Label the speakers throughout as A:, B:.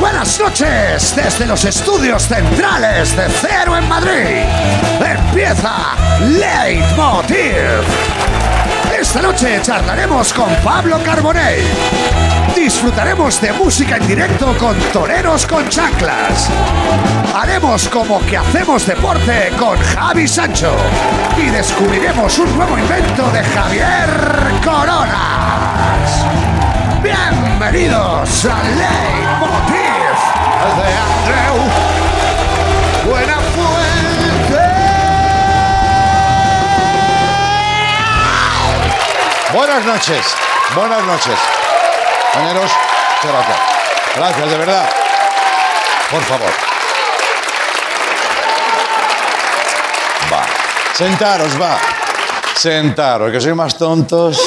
A: Buenas noches desde los estudios centrales de Cero en Madrid. Empieza Leitmotiv. Esta noche charlaremos con Pablo Carbonell. Disfrutaremos de música en directo con toreros con chanclas. Haremos como que hacemos deporte con Javi Sancho. Y descubriremos un nuevo invento de Javier Coronas. Bienvenidos a Leitmotiv de Andreu Buenafuente.
B: Buenas noches, buenas noches. Compañeros, muchas gracias. Gracias, de verdad. Por favor. Va. Sentaros, va. Sentaros, que sois más tontos.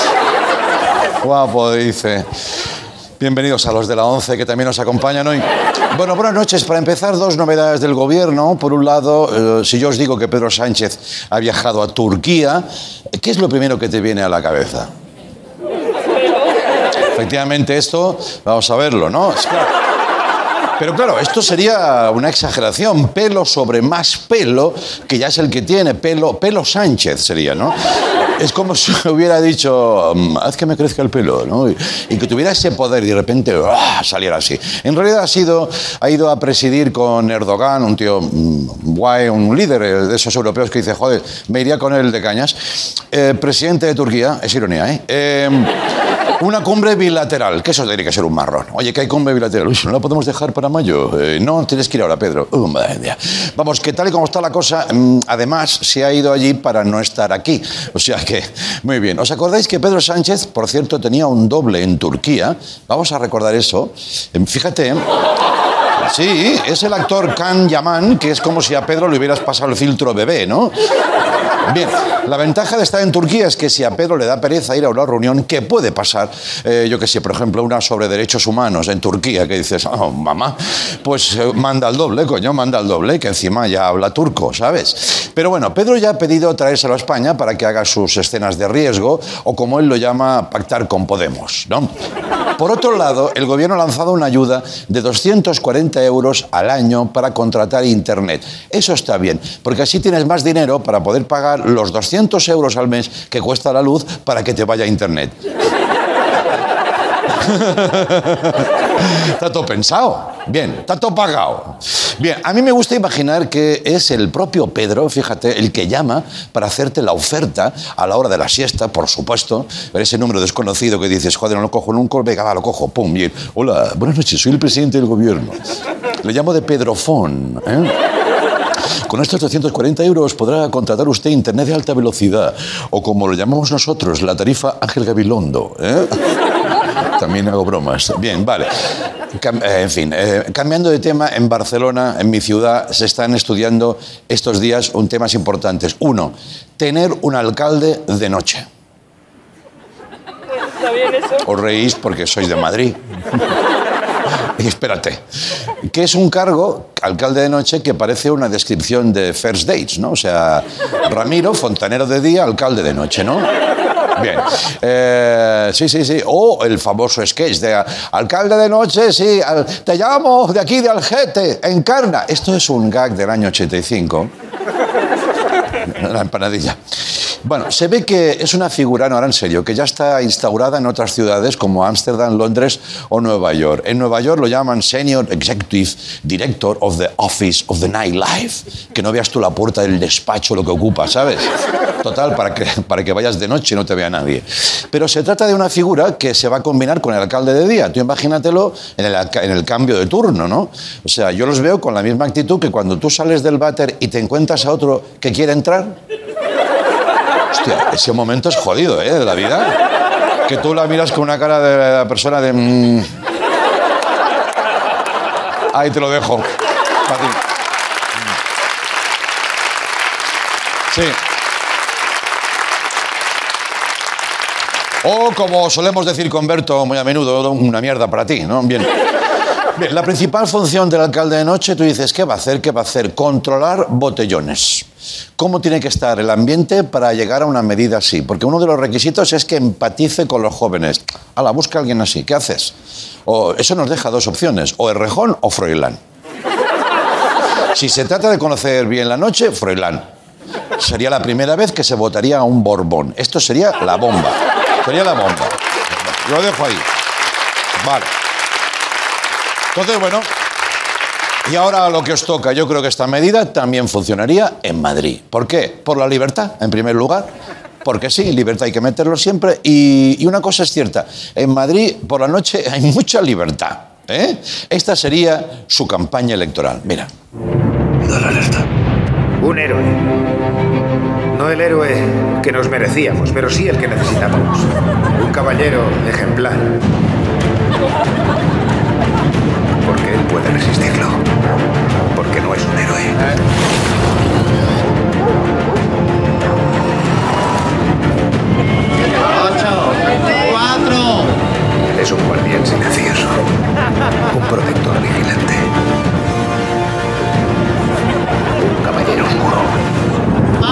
B: Guapo, dice. Bienvenidos a los de la 11 que también nos acompañan hoy. Bueno, buenas noches. Para empezar, dos novedades del gobierno. Por un lado, eh, si yo os digo que Pedro Sánchez ha viajado a Turquía, ¿qué es lo primero que te viene a la cabeza? Efectivamente, esto, vamos a verlo, ¿no? Es claro. Pero claro, esto sería una exageración, pelo sobre más pelo, que ya es el que tiene, pelo, pelo Sánchez sería, ¿no? Es como si hubiera dicho, mm, haz que me crezca el pelo, ¿no? Y, y que tuviera ese poder y de repente ¡ah!, saliera así. En realidad ha, sido, ha ido a presidir con Erdogan, un tío mm, guay, un líder eh, de esos europeos que dice, joder, me iría con él de cañas. Eh, presidente de Turquía, es ironía, ¿eh? eh una cumbre bilateral, que eso tiene que ser un marrón. Oye, que hay cumbre bilateral. Uy, no la podemos dejar para mayo. Eh, no, tienes que ir ahora, Pedro. Uh, madre mía. Vamos, que tal y como está la cosa, mm, además se ha ido allí para no estar aquí. O sea que, muy bien. ¿Os acordáis que Pedro Sánchez, por cierto, tenía un doble en Turquía? Vamos a recordar eso. Em, Fíjate. Sí, es el actor Can Yaman, que es como si a Pedro le hubieras pasado el filtro bebé, ¿no? Bien, la ventaja de estar en Turquía es que si a Pedro le da pereza ir a una reunión, que puede pasar, Eh, yo que sé, por ejemplo, una sobre derechos humanos en Turquía, que dices, oh, mamá, pues eh, manda al doble, coño, manda al doble, que encima ya habla turco, ¿sabes? Pero bueno, Pedro ya ha pedido traérselo a España para que haga sus escenas de riesgo, o como él lo llama, pactar con Podemos, ¿no? Por otro lado, el gobierno ha lanzado una ayuda de 240 euros al año para contratar Internet. Eso está bien, porque así tienes más dinero para poder pagar los 200 euros al mes que cuesta la luz para que te vaya Internet. Está todo pensado. Bien, está todo pagado. Bien, a mí me gusta imaginar que es el propio Pedro, fíjate, el que llama para hacerte la oferta a la hora de la siesta, por supuesto. Ese número desconocido que dices, joder, no lo cojo nunca, venga, va, lo cojo, pum, bien. Hola, buenas noches, soy el presidente del gobierno. Le llamo de Pedrofón, ¿eh? Con estos 240 euros podrá contratar usted internet de alta velocidad, o como lo llamamos nosotros, la tarifa Ángel Gabilondo. ¿eh? También hago bromas. Bien, vale. Cam- eh, en fin, eh, cambiando de tema, en Barcelona, en mi ciudad, se están estudiando estos días un temas importantes. Uno, tener un alcalde de noche.
C: ¿Está bien eso?
B: Os reís porque sois de Madrid. Y espérate, que es un cargo, alcalde de noche, que parece una descripción de First Dates, ¿no? O sea, Ramiro, fontanero de día, alcalde de noche, ¿no? Bien. Eh, sí, sí, sí. O el famoso sketch de alcalde de noche, sí, al- te llamo de aquí, de Algete, encarna. Esto es un gag del año 85 la empanadilla. Bueno, se ve que es una figura, no ahora en serio, que ya está instaurada en otras ciudades como Ámsterdam, Londres o Nueva York. En Nueva York lo llaman Senior Executive Director of the Office of the Nightlife, que no veas tú la puerta del despacho lo que ocupa, ¿sabes? Total, para que, para que vayas de noche y no te vea nadie. Pero se trata de una figura que se va a combinar con el alcalde de día. Tú imagínatelo en el, alca- en el cambio de turno, ¿no? O sea, yo los veo con la misma actitud que cuando tú sales del váter y te encuentras a otro que quiere entrar. Hostia, ese momento es jodido, ¿eh? De la vida. Que tú la miras con una cara de la persona de... mm. Ahí te lo dejo. Para ti. Sí. O como solemos decir con Berto muy a menudo, una mierda para ti, ¿no? Bien. Bien, la principal función del alcalde de noche, tú dices, ¿qué va a hacer? ¿Qué va a hacer? Controlar botellones. ¿Cómo tiene que estar el ambiente para llegar a una medida así? Porque uno de los requisitos es que empatice con los jóvenes. Ala, busca a alguien así. ¿Qué haces? O, eso nos deja dos opciones, o Errejón o Froilán. Si se trata de conocer bien la noche, Froilán. Sería la primera vez que se votaría a un Borbón. Esto sería la bomba. Sería la bomba. Yo lo dejo ahí. Vale. Entonces, bueno, y ahora lo que os toca, yo creo que esta medida también funcionaría en Madrid. ¿Por qué? Por la libertad, en primer lugar. Porque sí, libertad hay que meterlo siempre. Y, y una cosa es cierta, en Madrid por la noche hay mucha libertad. ¿eh? Esta sería su campaña electoral. Mira.
C: Dale alerta.
D: Un héroe. No el héroe que nos merecíamos, pero sí el que necesitábamos. Un caballero ejemplar. Porque él puede resistirlo. Porque no es un héroe. Es un guardián silencioso. Un protector vigilante. Un caballero oscuro.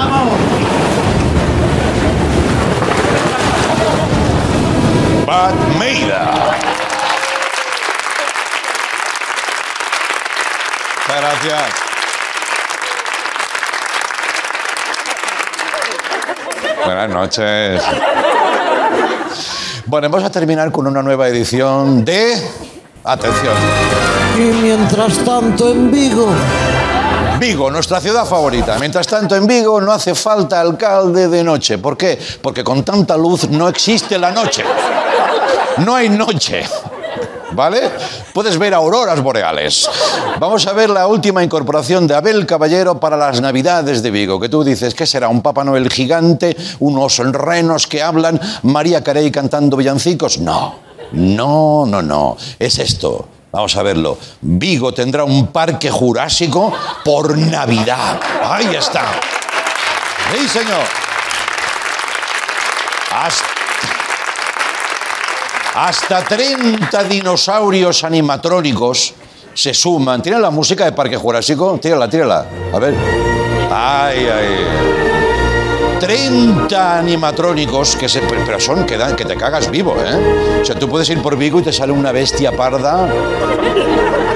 B: Batmeida. Muchas gracias. Buenas noches. Bueno, vamos a terminar con una nueva edición de... Atención.
E: Y mientras tanto en Vigo,
B: Vigo, nuestra ciudad favorita. Mientras tanto, en Vigo no hace falta alcalde de noche. ¿Por qué? Porque con tanta luz no existe la noche. No hay noche. ¿Vale? Puedes ver auroras boreales. Vamos a ver la última incorporación de Abel Caballero para las Navidades de Vigo. Que tú dices, ¿qué será? ¿Un Papá Noel gigante? ¿Unos renos que hablan? ¿María Carey cantando villancicos? No. No, no, no. Es esto. Vamos a verlo. Vigo tendrá un parque jurásico por Navidad. Ahí está. Sí, señor. Hasta, hasta 30 dinosaurios animatrónicos se suman. ¿Tiene la música de Parque Jurásico? Tírala, tírala. A ver. Ay, ay. 30 animatrónicos que se, pero son que, dan, que te cagas vivo, ¿eh? O sea, tú puedes ir por Vigo y te sale una bestia parda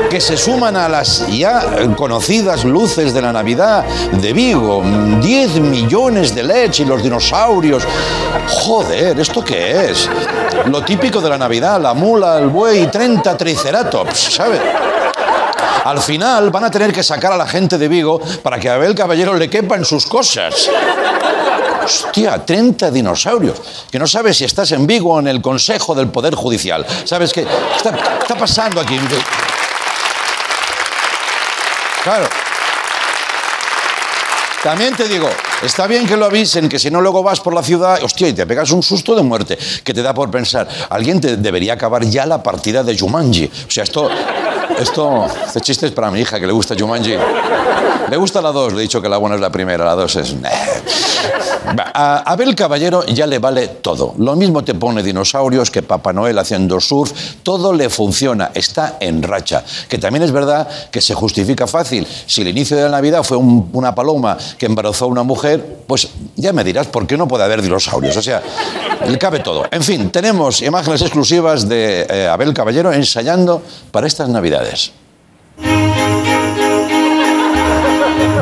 B: que se suman a las ya conocidas luces de la Navidad de Vigo. 10 millones de LEDs y los dinosaurios. Joder, ¿esto qué es? Lo típico de la Navidad, la mula, el buey y 30 triceratops, ¿sabes? Al final van a tener que sacar a la gente de Vigo para que a Abel Caballero le quepan sus cosas. Hostia, 30 dinosaurios. Que no sabes si estás en Vigo o en el Consejo del Poder Judicial. ¿Sabes qué? ¿Qué está, qué está pasando aquí? Claro. También te digo, está bien que lo avisen, que si no luego vas por la ciudad, hostia, y te pegas un susto de muerte, que te da por pensar, alguien te debería acabar ya la partida de Jumanji. O sea, esto, esto, este chiste es para mi hija, que le gusta Jumanji. Le gusta la 2, le he dicho que la buena es la primera, la 2 es... Va, A a Abel Caballero ya le vale todo. Lo mismo te pone dinosaurios que Papá Noel haciendo surf, todo le funciona, está en racha. Que también es verdad que se justifica fácil. Si el inicio de la Navidad fue un- una paloma que embarazó a una mujer, pues ya me dirás por qué no puede haber dinosaurios. O sea, le cabe todo. En fin, tenemos imágenes exclusivas de eh, Abel Caballero ensayando para estas Navidades.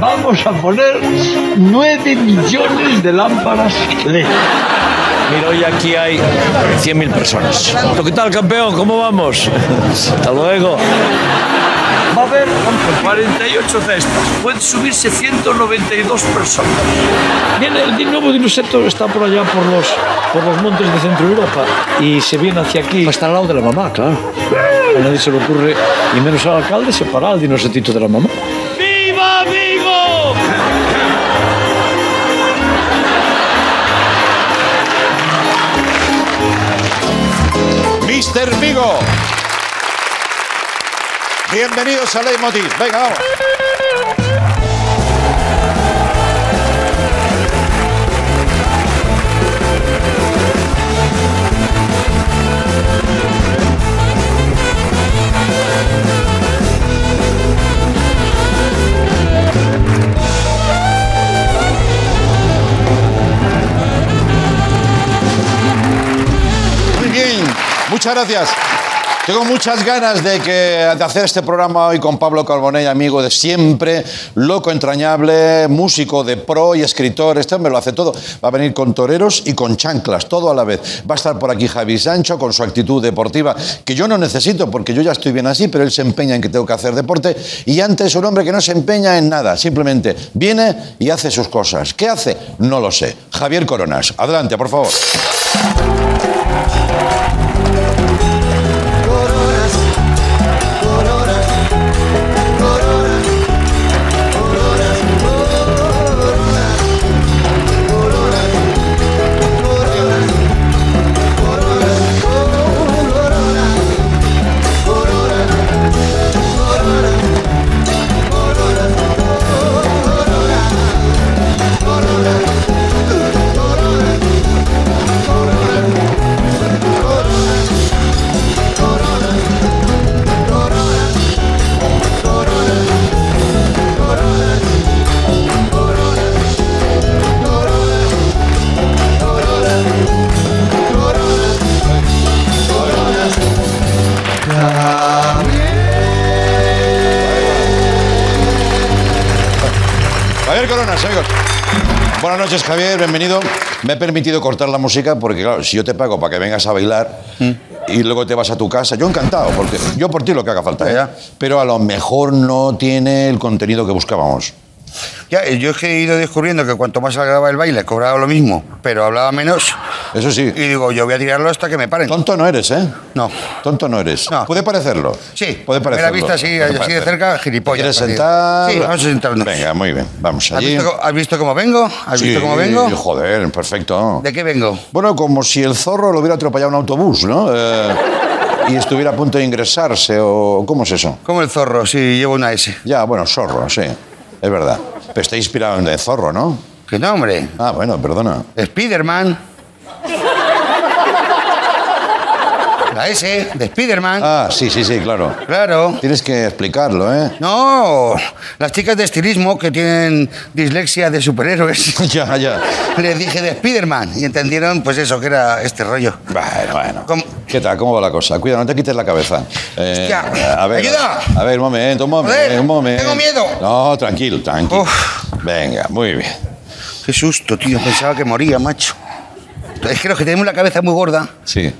F: Vamos a poner 9 millones de lámparas LED.
G: Mira, hoy aquí hay 100.000 personas. ¿Qué tal, campeón? ¿Cómo vamos? Hasta luego. Va a haber 48 cestas. Pueden subirse 192 personas. Viene el di- nuevo dinosauro, está por allá, por los, por los montes de Centro Europa. Y se viene hacia aquí. Va a estar al lado de la mamá, claro. A nadie se le ocurre, y menos al alcalde, separar al dinosetito de la mamá. ¡Viva Vigo!
B: Mister Vigo. Bienvenidos a Leitmotiv. Venga, vamos. muchas gracias. Tengo muchas ganas de, que, de hacer este programa hoy con Pablo Carbonell, amigo de siempre, loco entrañable, músico de pro y escritor. Este hombre lo hace todo. Va a venir con toreros y con chanclas, todo a la vez. Va a estar por aquí Javi Sancho con su actitud deportiva, que yo no necesito porque yo ya estoy bien así, pero él se empeña en que tengo que hacer deporte. Y antes es un hombre que no se empeña en nada, simplemente viene y hace sus cosas. ¿Qué hace? No lo sé. Javier Coronas, adelante, por favor.
E: Coronas, coronas, coronas, coronas, coronas, coronas, coronas, coronas, coronas, coronas, coronas.
B: Javier Coronas, amigos. Buenas noches, Javier, bienvenido. Me he permitido cortar la música porque, claro, si yo te pago para que vengas a bailar y luego te vas a tu casa, yo encantado, porque yo por ti lo que haga falta, ¿eh? Pero a lo mejor no tiene el contenido que buscábamos.
H: Ya, eh, yo es que he ido descubriendo que cuanto más alargaba el baile, cobraba lo mismo, pero hablaba menos.
B: Eso sí.
H: Y digo, yo voy a tirarlo hasta que me paren.
B: Tonto no eres, ¿eh?
H: No.
B: Tonto no eres.
H: No.
B: Puede parecerlo.
H: Sí,
B: Puede
H: a primera
B: parecerlo.
H: vista, sí,
B: Puede
H: así de
B: parecer.
H: cerca, gilipollas,
B: ¿Quieres
H: así.
B: sentar?
H: Sí, vamos a sentarnos.
B: Venga, muy bien. Vamos
H: ¿Has
B: allí.
H: visto, co- has visto cómo vengo? ¿Has visto
B: Sí,
H: cómo vengo?
B: Joder, perfecto.
H: ¿De qué vengo?
B: Bueno, como si el zorro lo hubiera atropellado un autobús, ¿no? Eh, y estuviera a punto de ingresarse, o ¿cómo es eso?
H: Como el zorro, sí, llevo una S.
B: Ya, bueno, zorro, sí, es verdad. Pero está inspirado en el zorro, ¿no?
H: ¿Qué nombre?
B: Ah, bueno, perdona.
H: Spiderman. La S de Spiderman.
B: Ah, sí, sí, sí, claro.
H: Claro.
B: Tienes que explicarlo, ¿eh?
H: No, las chicas de estilismo que tienen dislexia de superhéroes.
B: ya, ya.
H: Les dije de Spiderman y entendieron pues eso, que era este rollo.
B: Bueno, bueno.
H: ¿Cómo?
B: ¿Qué tal? ¿Cómo va la cosa? Cuidado, no te quites la cabeza. Eh,
H: Hostia,
B: a ver,
H: ayuda.
B: A ver, un momento, un momento,
H: Joder,
B: un momento.
H: tengo miedo.
B: No, tranquilo, tranquilo.
H: Uf.
B: Venga, muy bien.
H: Qué susto, tío, pensaba que moría, macho. Es que los que tenemos la cabeza muy gorda,
B: Sí.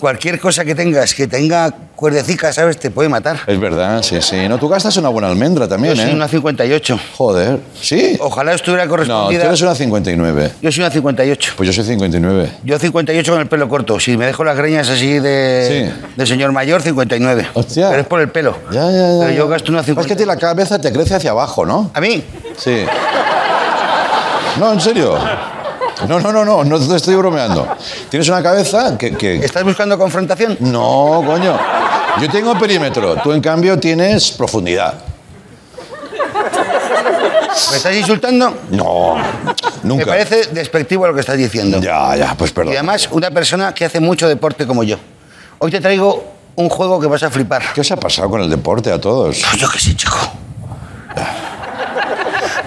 H: cualquier cosa que tengas, que tenga cuerdecica, ¿sabes? Te puede matar.
B: Es verdad, sí, sí. No, tú gastas una buena almendra
H: Yo
B: también,
H: soy
B: ¿eh?
H: una 58.
B: Joder, ¿sí?
H: Ojalá estuviera
B: no, tú
H: correspondida.
B: eres una 59.
H: Yo soy una 58.
B: Pues yo soy 59.
H: Yo 58 con el pelo corto. Si me dejo las greñas así de,
B: Sí.
H: de señor mayor, 59.
B: Hostia.
H: Pero es por el pelo.
B: Ya, ya, ya.
H: Pero yo gasto una
B: Es que a
H: 58.
B: ti la cabeza te crece hacia abajo, ¿no?
H: ¿A mí?
B: Sí. No, en serio. No, no, no, no, no te estoy bromeando. Tienes una cabeza que... que...
H: ¿Estás buscando confrontación?
B: No, coño. Yo tengo perímetro, tú en cambio tienes profundidad.
H: ¿Me estás insultando?
B: No, nunca.
H: Me parece despectivo lo que estás diciendo.
B: Ya, ya, pues
H: Y
B: perdón.
H: además, una persona que hace mucho deporte como yo. Hoy te traigo un juego que vas a flipar.
B: ¿Qué os ha pasado con el deporte a todos?
H: Pues yo qué sé, chico.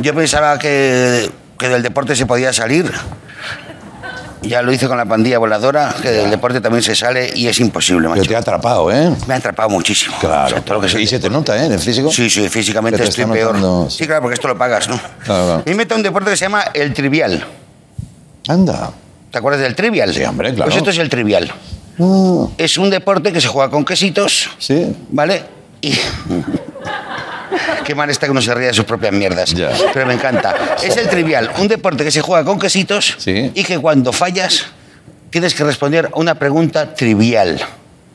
H: Yo pensaba que, que del deporte se podía salir. Ya lo hice con la pandilla voladora, que del deporte también se sale y es imposible,
B: Pero
H: macho.
B: te ha atrapado, ¿eh?
H: Me ha atrapado muchísimo. O
B: Claro.
H: sea, todo lo que se-
B: y se te nota, ¿eh? En el físico.
H: Sí, sí, físicamente
B: Se te
H: estoy
B: está
H: peor.
B: notando, sí.
H: Sí, claro, porque esto lo pagas, ¿no?
B: Claro, claro.
H: Y meto un deporte que se llama el trivial.
B: Anda.
H: ¿Te acuerdas del trivial?
B: Sí, hombre, claro.
H: Pues esto es el trivial.
B: Ah,
H: Es un deporte que se juega con quesitos,
B: sí.
H: ¿vale? Y... Qué mal está que uno se ría de sus propias mierdas.
B: Ya.
H: Pero me encanta. Es el trivial, un deporte que se juega con quesitos
B: Sí.
H: y que cuando fallas tienes que responder a una pregunta trivial.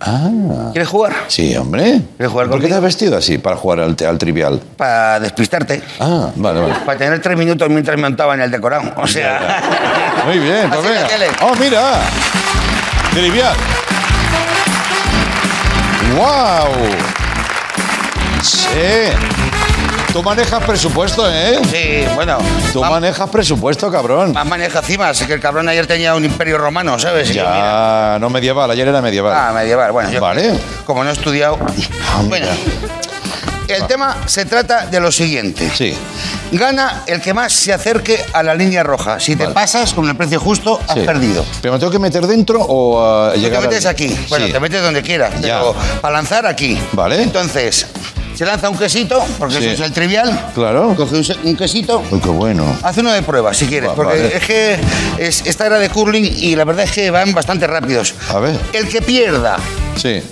B: Ah.
H: ¿Quieres jugar?
B: Sí, hombre.
H: ¿Quieres jugar
B: ¿Por qué te
H: conmigo?
B: has vestido así para jugar al, te- al trivial?
H: Para despistarte.
B: Ah, vale, vale.
H: Para tener tres minutos mientras montaba en el decorado. O sea.
B: Muy bien, pues
H: Así la
B: venga.
H: tele.
B: Oh, mira. Trivial. Wow. Sí. Tú manejas presupuesto, ¿eh?
H: Sí, bueno.
B: Tú
H: más-
B: manejas presupuesto, cabrón.
H: Más maneja cima, así que el cabrón ayer tenía un imperio romano, ¿sabes? Y yo, mira,
B: Ya, no medieval, ayer era medieval.
H: Ah, medieval. Bueno, yo
B: Vale.
H: como no he estudiado.
B: Ah, mira.
H: bueno, el tema se trata de lo siguiente.
B: Sí.
H: Gana el que más se acerque a la línea roja. Si te pasas con el precio justo, has
B: Sí.
H: perdido.
B: ¿Pero me tengo que meter dentro o ah,
H: Tú
B: llegar
H: te metes
B: al-
H: aquí. Bueno,
B: Sí.
H: te metes donde quieras.
B: Ya.
H: Pero para lanzar aquí.
B: Vale.
H: Entonces, se lanza un quesito, porque
B: Sí.
H: eso es el trivial.
B: Claro.
H: Coge un, se- un quesito.
B: Uy, qué bueno.
H: Haz uno de prueba, si quieres,
B: Va-
H: porque
B: vale.
H: es que es- esta era de curling y la verdad es que van bastante rápidos.
B: A ver.
H: El que pierda
B: Sí.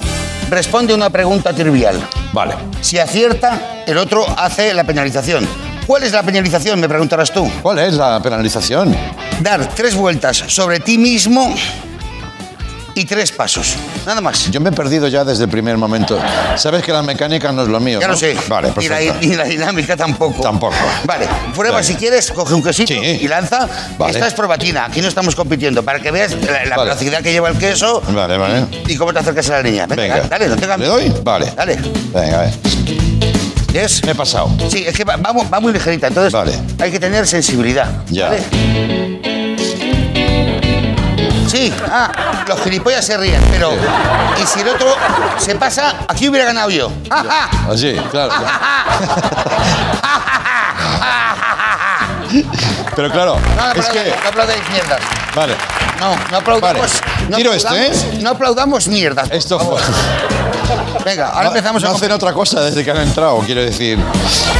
H: responde una pregunta trivial.
B: Vale.
H: Si acierta, el otro hace la penalización. ¿Cuál es la penalización? Me preguntarás tú.
B: ¿Cuál es la penalización?
H: Dar tres vueltas sobre ti mismo y tres pasos. Nada más.
B: Yo me he perdido ya desde el primer momento. Sabes que la mecánica no es lo mío.
H: Ya
B: ¿no?
H: lo sé.
B: Vale,
H: y, la,
B: perfecto.
H: y la dinámica tampoco.
B: Tampoco.
H: Vale, prueba
B: Venga.
H: si quieres, coge un quesito
B: Sí.
H: y lanza.
B: Vale.
H: Esta es probatina, aquí no estamos compitiendo, para que veas la, la
B: Vale.
H: velocidad que lleva el queso
B: Vale, vale.
H: y cómo te acercas a la línea.
B: Venga.
H: dale, no tengas
B: ¿Le doy? Vale.
H: Dale.
B: Venga, a ver.
H: ¿Yes?
B: Me he pasado.
H: Sí, es que va, va mu- va muy ligerita, entonces
B: Vale.
H: hay que tener sensibilidad.
B: Ya.
H: ¿vale? Sí, ah, los gilipollas se ríen, pero. Y si el otro se pasa, aquí hubiera ganado yo. ¡Ja, ja!
B: Así, claro. Pero claro,
H: No
B: es
H: aplaudáis,
B: que.
H: no aplaudáis mierdas.
B: Vale.
H: No, no aplaudamos.
B: Vale.
H: no
B: Tiro
H: aplaudamos-
B: este,
H: No aplaudamos mierdas. por
B: Esto
H: favor.
B: fue.
H: Venga,
B: No-
H: ahora empezamos
B: no
H: a
B: hacen otra cosa desde que han entrado, quiero decir.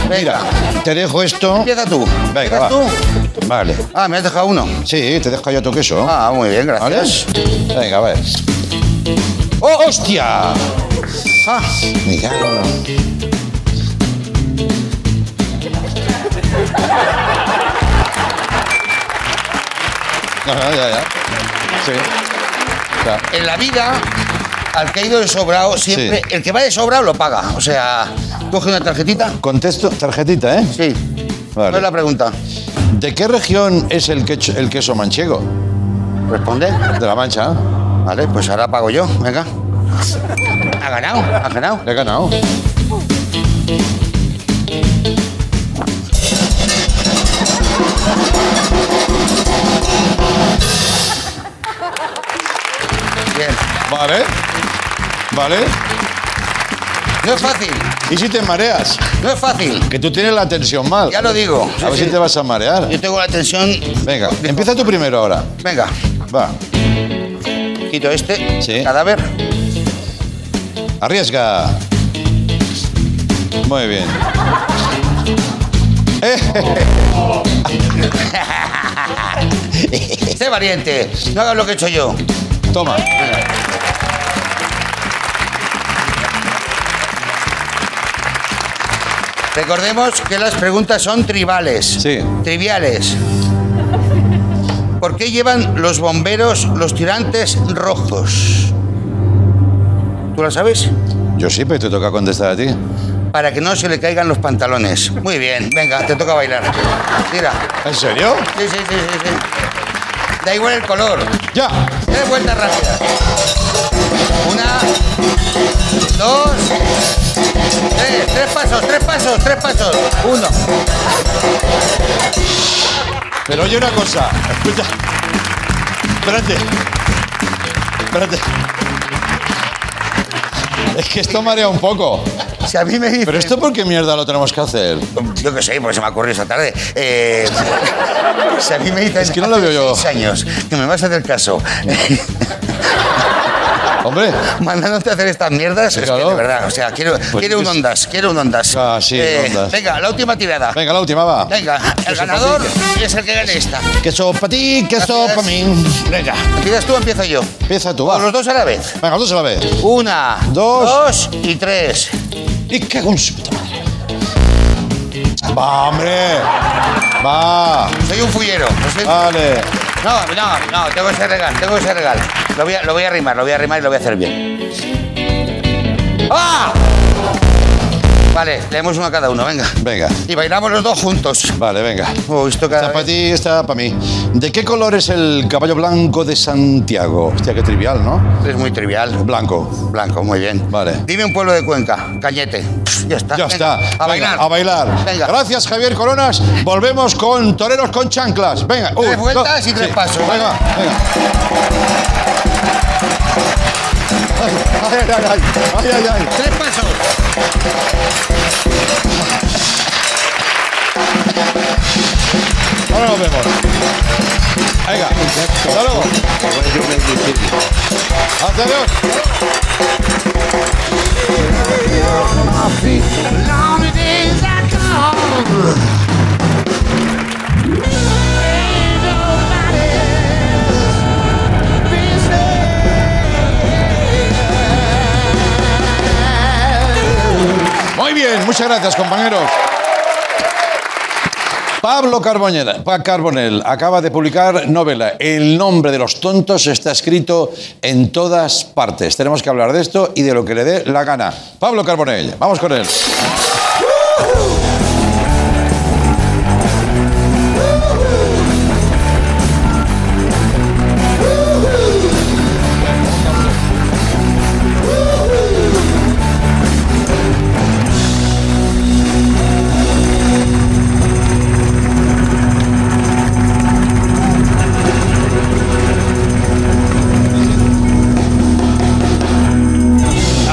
H: Venga.
B: Mira, te dejo esto.
H: Empieza tú.
B: Venga,
H: Empiezas
B: va.
H: tú.
B: Vale.
H: Ah, me has dejado uno.
B: Sí, te dejo yo tu queso.
H: Ah, muy bien,
B: ¿Vale?
H: gracias.
B: Venga, a ver. ¡Oh, hostia!
H: Ah,
B: Me cago en- No, no, ya, ya. Sí. Ya.
H: en la vida, al que ha ido de sobrado, siempre.
B: Sí.
H: El que va de sobrado lo paga. O sea, coge una tarjetita.
B: Contesto, tarjetita, ¿eh?
H: Sí.
B: Vale.
H: ¿Cuál es la pregunta?
B: ¿De qué región es el, quech- el queso manchego?
H: Responde.
B: De la Mancha.
H: Vale, pues ahora pago yo. Venga. Ha ganado, ha ganado.
B: Le he ganado.
H: Bien.
B: Vale. Vale.
H: No es fácil,
B: ¿Y si te mareas?
H: no es fácil.
B: Que tú tienes la tensión mal.
H: Ya lo digo.
B: A ver
H: Sí,
B: si
H: sí.
B: te vas a marear.
H: Yo tengo la tensión.
B: Venga, empieza tú primero ahora.
H: Venga,
B: Va.
H: quito este
B: Sí.
H: cadáver.
B: Arriesga. Muy bien.
H: Sé valiente, no hagas lo que he hecho yo.
B: Toma.
H: Recordemos que las preguntas son tribales.
B: Sí.
H: Triviales. ¿Por qué llevan los bomberos los tirantes rojos? ¿Tú la sabes?
B: Yo sí, pero te toca contestar a ti.
H: Para que no se le caigan los pantalones. Muy bien, venga, te toca bailar. Tira.
B: ¿En serio?
H: Sí, sí, sí, sí, sí. Da igual el color.
B: Ya.
H: Tres vueltas rápidas. Una, dos, tres. Tres pasos, tres pasos, tres pasos. Uno.
B: Pero oye una cosa. Escucha. Espérate. Espérate. Es que esto marea un poco.
H: Si a mí me dice...
B: Pero esto por qué mierda lo tenemos que hacer?
H: Yo qué sé, porque se me ha ocurrido esta tarde. Eh, si a mí me dicen...
B: Es que no lo
H: hace
B: veo yo.
H: seis años que me vas a hacer caso.
B: Hombre.
H: Mandándote a hacer estas mierdas, es que
B: Claro. Pues
H: de verdad, o sea, quiero, quiero un
B: es-
H: ondas, quiero un ondas. Eh,
B: Ah, sí, ondas.
H: Venga, la última tirada.
B: Venga, la última va.
H: Venga, el ganador es el que gane esta.
B: Queso para ti, queso
H: Gracias.
B: para mí. Venga.
H: ¿Empiezas tú o empiezo yo?
B: Empieza tú,
H: O
B: va.
H: los dos a la vez.
B: Venga, tú se la ves.
H: Una,
B: Dos.
H: dos y tres.
B: Y cago en su puta madre. Va, hombre. Va.
H: Soy un fullero. lo siento.
B: Vale.
H: No, no, no, tengo que ser legal, tengo que ser legal. Lo voy a, lo voy a rimar, lo voy a rimar y lo voy a hacer bien. ¡Ah! Vale, leemos uno a cada uno, venga.
B: Venga.
H: Y bailamos los dos juntos.
B: Vale, venga.
H: Oh, esto cada
B: Esta para
H: vez-
B: ti, esta para mí. ¿De qué color es el caballo blanco de Santiago? Hostia, qué trivial, ¿no?
H: es muy trivial.
B: Blanco.
H: Blanco, muy bien.
B: Vale.
H: Dime un pueblo de Cuenca, Cañete. Pff, ya está.
B: Ya
H: venga,
B: está.
H: A
B: Venga,
H: bailar.
B: A bailar.
H: Venga.
B: Gracias, Javier Coronas. Volvemos con toreros con chanclas. Venga.
H: Tres
B: un,
H: vueltas
B: dos,
H: y tres
B: sí.
H: pasos.
B: Venga, venga. Ay, ay, ay, ay, ay, ay.
H: Tres pasos.
B: Atención. Muy bien, muchas gracias, compañeros. Pablo Carbonel, Pa- Carbonell acaba de publicar novela El nombre de los tontos está escrito en todas partes. Tenemos que hablar de esto y de lo que le dé la gana. Pablo Carbonell, vamos con él.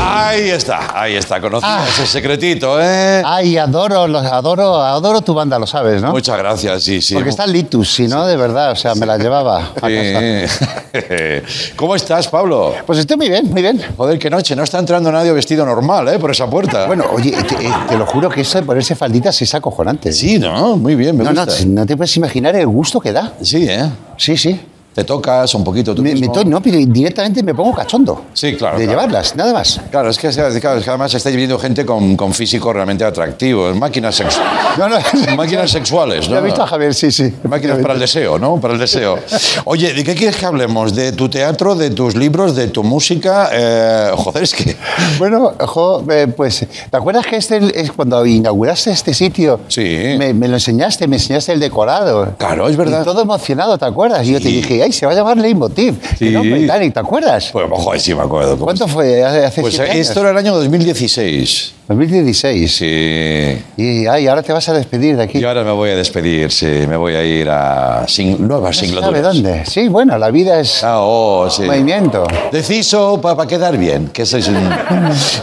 B: Ahí está, ahí está. Conocemos
I: Ah.
B: ese secretito, ¿eh?
I: Ay, adoro, los adoro, adoro tu banda, lo sabes, ¿no?
B: Muchas gracias, sí, sí.
I: Ah. Porque está Litus, si no, de verdad, o sea, me la llevaba a casa.
B: Sí. ¿Cómo estás, Pablo?
I: Pues estoy muy bien, muy bien.
B: Joder, qué noche, no está entrando nadie vestido normal, ¿eh? Por esa puerta.
I: Bueno, oye, te, eh, te lo juro que eso de ponerse falditas es acojonante.
B: Sí, ¿no? Muy bien, me
I: No, no,
B: gusta.
I: si no te puedes imaginar el gusto que da.
B: Sí, ¿eh?
I: Sí, sí.
B: Te tocas un poquito tú
I: Me, me
B: mismo.
I: to- no, pero directamente me pongo cachondo.
B: Sí, claro,
I: De
B: claro.
I: llevarlas, nada más.
B: Claro, es que, claro, es que además estáis viendo gente con, con físico realmente atractivo, máquinas, sex-
I: No, no.
B: máquinas sexuales, ¿no?
I: Lo he visto a Javier, sí, sí.
B: Máquinas para el deseo, ¿no? Para el deseo. Oye, ¿de qué quieres que hablemos? ¿De tu teatro, de tus libros, de tu música? Eh, joder, es que...
I: Bueno, jo, eh, pues, ¿te acuerdas que este es cuando inauguraste este sitio?
B: Sí.
I: Me, me lo enseñaste, me enseñaste el decorado.
B: Claro, es verdad.
I: Y todo emocionado, ¿te acuerdas? Y yo te
B: Sí.
I: dije, ay, se va a llamar Leitmotiv.
B: Sí.
I: Y no, pues, Dani, ¿te acuerdas?
B: Pues, joder, sí me acuerdo.
I: ¿Cuánto fue? ¿Hace, hace
B: Pues
I: siete
B: esto
I: años?
B: era el año 2016.
I: 2016.
B: Sí.
I: Y ay, ahora te vas a despedir de aquí.
B: Y ahora me voy a despedir, sí. Me voy a ir a sin, nuevas
I: no se
B: singladuras.
I: sabe dónde. Sí, bueno, la vida es
B: Ah, oh, sí.
I: movimiento.
B: Deciso para quedar bien, que sois un...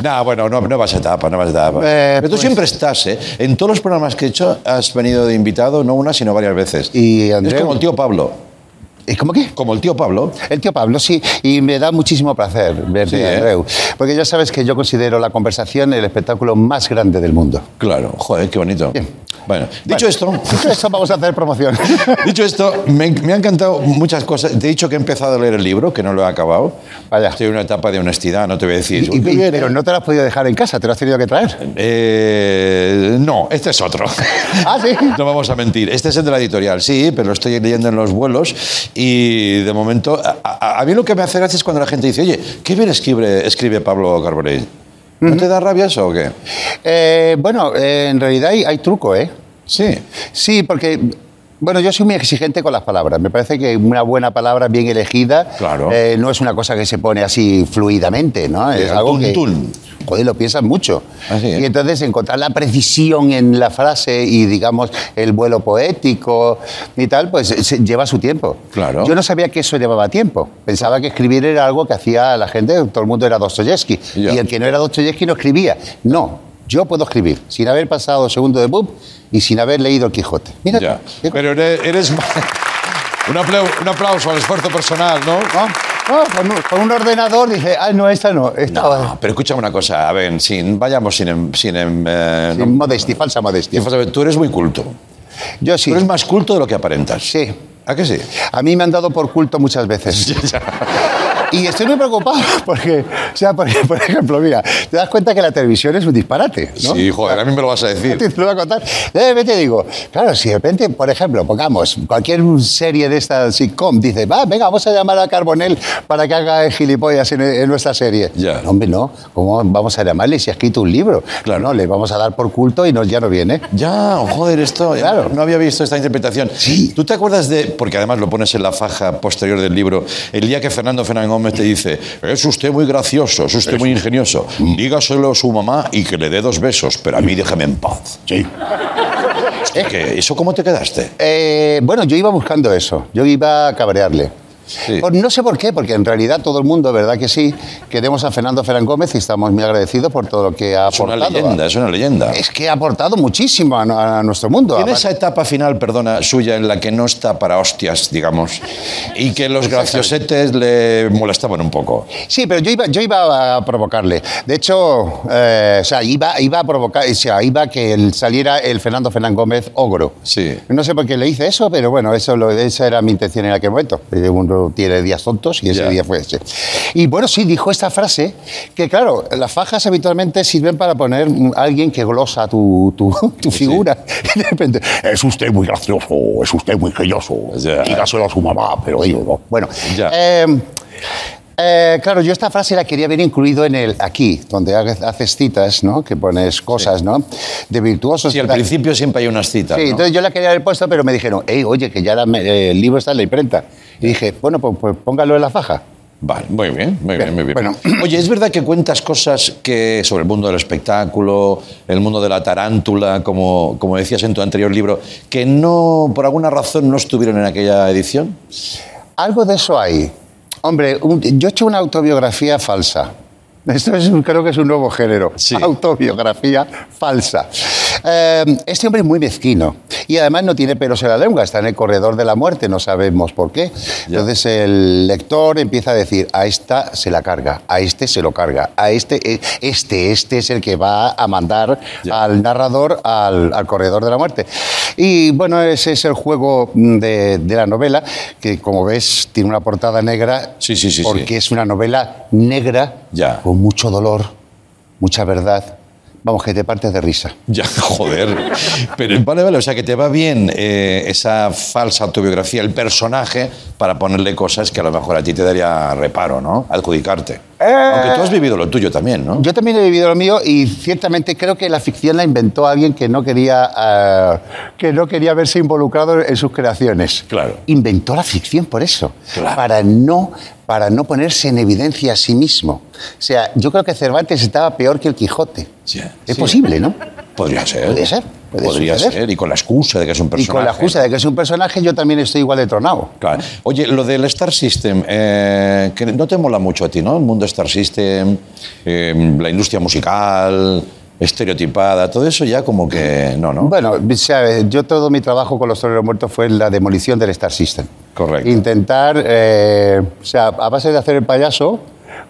B: Nah, bueno, no, nuevas etapas, nuevas etapas.
I: Eh,
B: Pero tú
I: pues-
B: siempre estás, ¿eh? En todos los programas que he hecho has venido de invitado, no una, sino varias veces.
I: Y
B: Es
I: Andreu,
B: como el tío Pablo.
I: ¿y ¿cómo qué?
B: Como el tío Pablo.
I: El tío Pablo, sí, y me da muchísimo placer verte,
B: Sí, ¿eh?
I: Andreu, porque ya sabes que yo considero la conversación el espectáculo más grande del mundo.
B: Claro, joder, qué bonito.
I: Bien.
B: Bueno, dicho
I: Bueno,
B: esto...
I: dicho esto, vamos a hacer promoción.
B: Dicho esto, me, me han encantado muchas cosas. Te he dicho que he empezado a leer el libro, que no lo he acabado.
I: Vaya.
B: Estoy en una etapa de honestidad, no te voy a decir.
I: Y- y-
B: "Qué bien,
I: pero
B: eh".
I: no te lo has podido dejar en casa, te lo has tenido que traer.
B: Eh, no, este es otro.
I: Ah, sí.
B: No vamos a mentir. Este es el de la editorial, sí, pero lo estoy leyendo en los vuelos y de momento. A, a- a mí lo que me hace gracia es cuando la gente dice, oye, qué bien escribe, escribe Pablo Carbonell. ¿No te da rabia eso o qué?
I: Eh, bueno, eh, en realidad hay, hay truco, ¿eh?
B: Sí.
I: Sí, porque... Bueno, yo soy muy exigente con las palabras. Me parece que una buena palabra bien elegida
B: Claro.
I: eh, no es una cosa que se pone así fluidamente, ¿no?
B: Sí,
I: es
B: al
I: algo que...
B: tuntún.
I: Joder, lo piensas mucho.
B: Así es.
I: Y entonces encontrar la precisión en la frase y, digamos, el vuelo poético y tal, pues se- lleva su tiempo.
B: Claro.
I: Yo no sabía que eso llevaba tiempo. Pensaba que escribir era algo que hacía la gente, todo el mundo era Dostoyevsky.
B: Ya.
I: Y el que no era Dostoyevsky no escribía. No, yo puedo escribir sin haber pasado segundo de BUP y sin haber leído El Quijote. Mira,
B: Ya.
I: qué-
B: Pero eres. eres ma- un, aplau- un aplauso al esfuerzo personal, ¿no?
I: Ah, ah, con, un, con un ordenador dije, ah, no, esta no, esta
B: No, pero escúchame una cosa, a ver, sin, vayamos sin. em- sin, em, eh,
I: Sin
B: no-
I: modestia, falsa modestia.
B: sin falsa- tú eres muy culto.
I: Yo sí.
B: Tú eres más culto de lo que aparentas.
I: Sí.
B: ¿A qué sí?
I: A mí me han dado por culto muchas veces. Y estoy muy preocupado porque, o sea, porque, por ejemplo, mira, te das cuenta que la televisión es un disparate, ¿no?
B: Sí, joder, a mí me lo vas a decir.
I: Te lo voy a contar. De repente digo, claro, si de repente, por ejemplo, pongamos cualquier serie de esta sitcom, dice, va, venga, vamos a llamar a Carbonell para que haga el gilipollas en, en nuestra serie.
B: Ya.
I: No, hombre, no, ¿cómo vamos a llamarle si ha escrito un libro?
B: Claro.
I: No, le vamos a dar por culto y no, ya no viene.
B: Ya, joder, esto.
I: Claro.
B: No había visto esta interpretación.
I: Sí.
B: ¿Tú te acuerdas de.? Porque además lo pones en la faja posterior del libro. El día que Fernando Fernández Gómez te dice: Es usted muy gracioso, es usted muy ingenioso. Dígaselo a su mamá y que le dé dos besos, pero a mí déjame en paz. Sí. ¿Eso cómo te quedaste?
I: Eh, bueno, yo iba buscando eso, yo iba a cabrearle.
B: Sí.
I: Por- no sé por qué, porque en realidad todo el mundo, ¿verdad que sí? Queremos a Fernando Ferán Gómez y estamos muy agradecidos por todo lo que ha
B: Es una
I: aportado.
B: leyenda, es una leyenda.
I: Es que ha aportado muchísimo a, a nuestro mundo.
B: En esa etapa final, perdona, suya, en la que no está para hostias, digamos, y que los graciosetes le molestaban un poco.
I: Sí, pero yo iba, yo iba a provocarle. De hecho, eh, o sea, iba, iba a provocar, o sea, iba a que el- saliera el Fernando Fernán Gómez ogro.
B: Sí.
I: No sé por qué le hice eso, pero bueno, eso lo- esa era mi intención en aquel momento. Eh, Uno tiene días tontos y ese
B: Ya.
I: día fue ese. Y bueno, sí, dijo esta frase, que claro, las fajas habitualmente sirven para poner mm, a alguien que glosa tu, tu, tu figura. Y de repente, es usted muy gracioso, es usted muy ingenioso,
B: Ya.
I: dígaselo a su mamá, pero yo no. Bueno,
B: Ya.
I: eh, eh, claro, yo esta frase la quería ver incluido en el aquí, donde ha- haces citas, ¿no? Que pones cosas, ¿no? De virtuosos.
B: Sí, al
I: tal.
B: principio siempre hay unas citas.
I: Sí,
B: ¿no?
I: entonces yo la quería haber puesto, pero me dijeron, "Ey, oye, que ya la me- eh, el libro está en la imprenta. Y dije, bueno, pues, pues póngalo en la faja.
B: Vale, muy bien, muy bien, muy bien.
I: bueno.
B: Oye, ¿es verdad que cuentas cosas que sobre el mundo del espectáculo, el mundo de la tarántula, como, como decías en tu anterior libro, que no, por alguna razón, no estuvieron en aquella edición?
I: Algo de eso hay. Hombre, un- yo he hecho una autobiografía falsa. Esto es, un- creo que es un nuevo género.
B: Sí.
I: Autobiografía falsa. Eh, este hombre es muy mezquino y además no tiene pelos en la lengua, está en el corredor de la muerte, no sabemos por qué. Entonces el lector empieza a decir, a esta se la carga, a este se lo carga, a este, eh, este, este es el que va a mandar
B: Ya.
I: al narrador al, al corredor de la muerte. Y bueno, ese es el juego mm, de, de la novela, que como ves tiene una portada negra,
B: Sí, sí, sí,
I: porque
B: sí.
I: es una novela negra,
B: Ya.
I: con mucho dolor, mucha verdad. Vamos, que te partes de risa.
B: Ya, joder. Pero vale, vale, o sea que te va bien eh, esa falsa autobiografía, el personaje, para ponerle cosas que a lo mejor a ti te daría reparo, ¿no? Adjudicarte.
I: Eh.
B: Aunque tú has vivido lo tuyo también, ¿no?
I: Yo también he vivido lo mío y ciertamente creo que la ficción la inventó alguien que no quería, eh, que no quería verse involucrado en sus creaciones.
B: Claro.
I: Inventó la ficción por eso,
B: Claro.
I: para, no, para no ponerse en evidencia a sí mismo. O sea, yo creo que Cervantes estaba peor que el Quijote.
B: Sí,
I: Es
B: sí.
I: posible, ¿no?
B: Podría ser.
I: Puede ser, puede
B: Podría
I: suceder.
B: ser. Y con la excusa de que es un
I: Y
B: personaje.
I: con la excusa de que es un personaje, yo también estoy igual de tronado.
B: Claro. Oye, lo del Star System, eh, que no te mola mucho a ti, ¿no? El mundo Star System, eh, la industria musical, estereotipada, todo eso ya como que no, ¿no?
I: Bueno, o sea, yo todo mi trabajo con los toreros muertos fue en la demolición del Star System.
B: Correcto.
I: Intentar, eh, o sea, a base de hacer el payaso,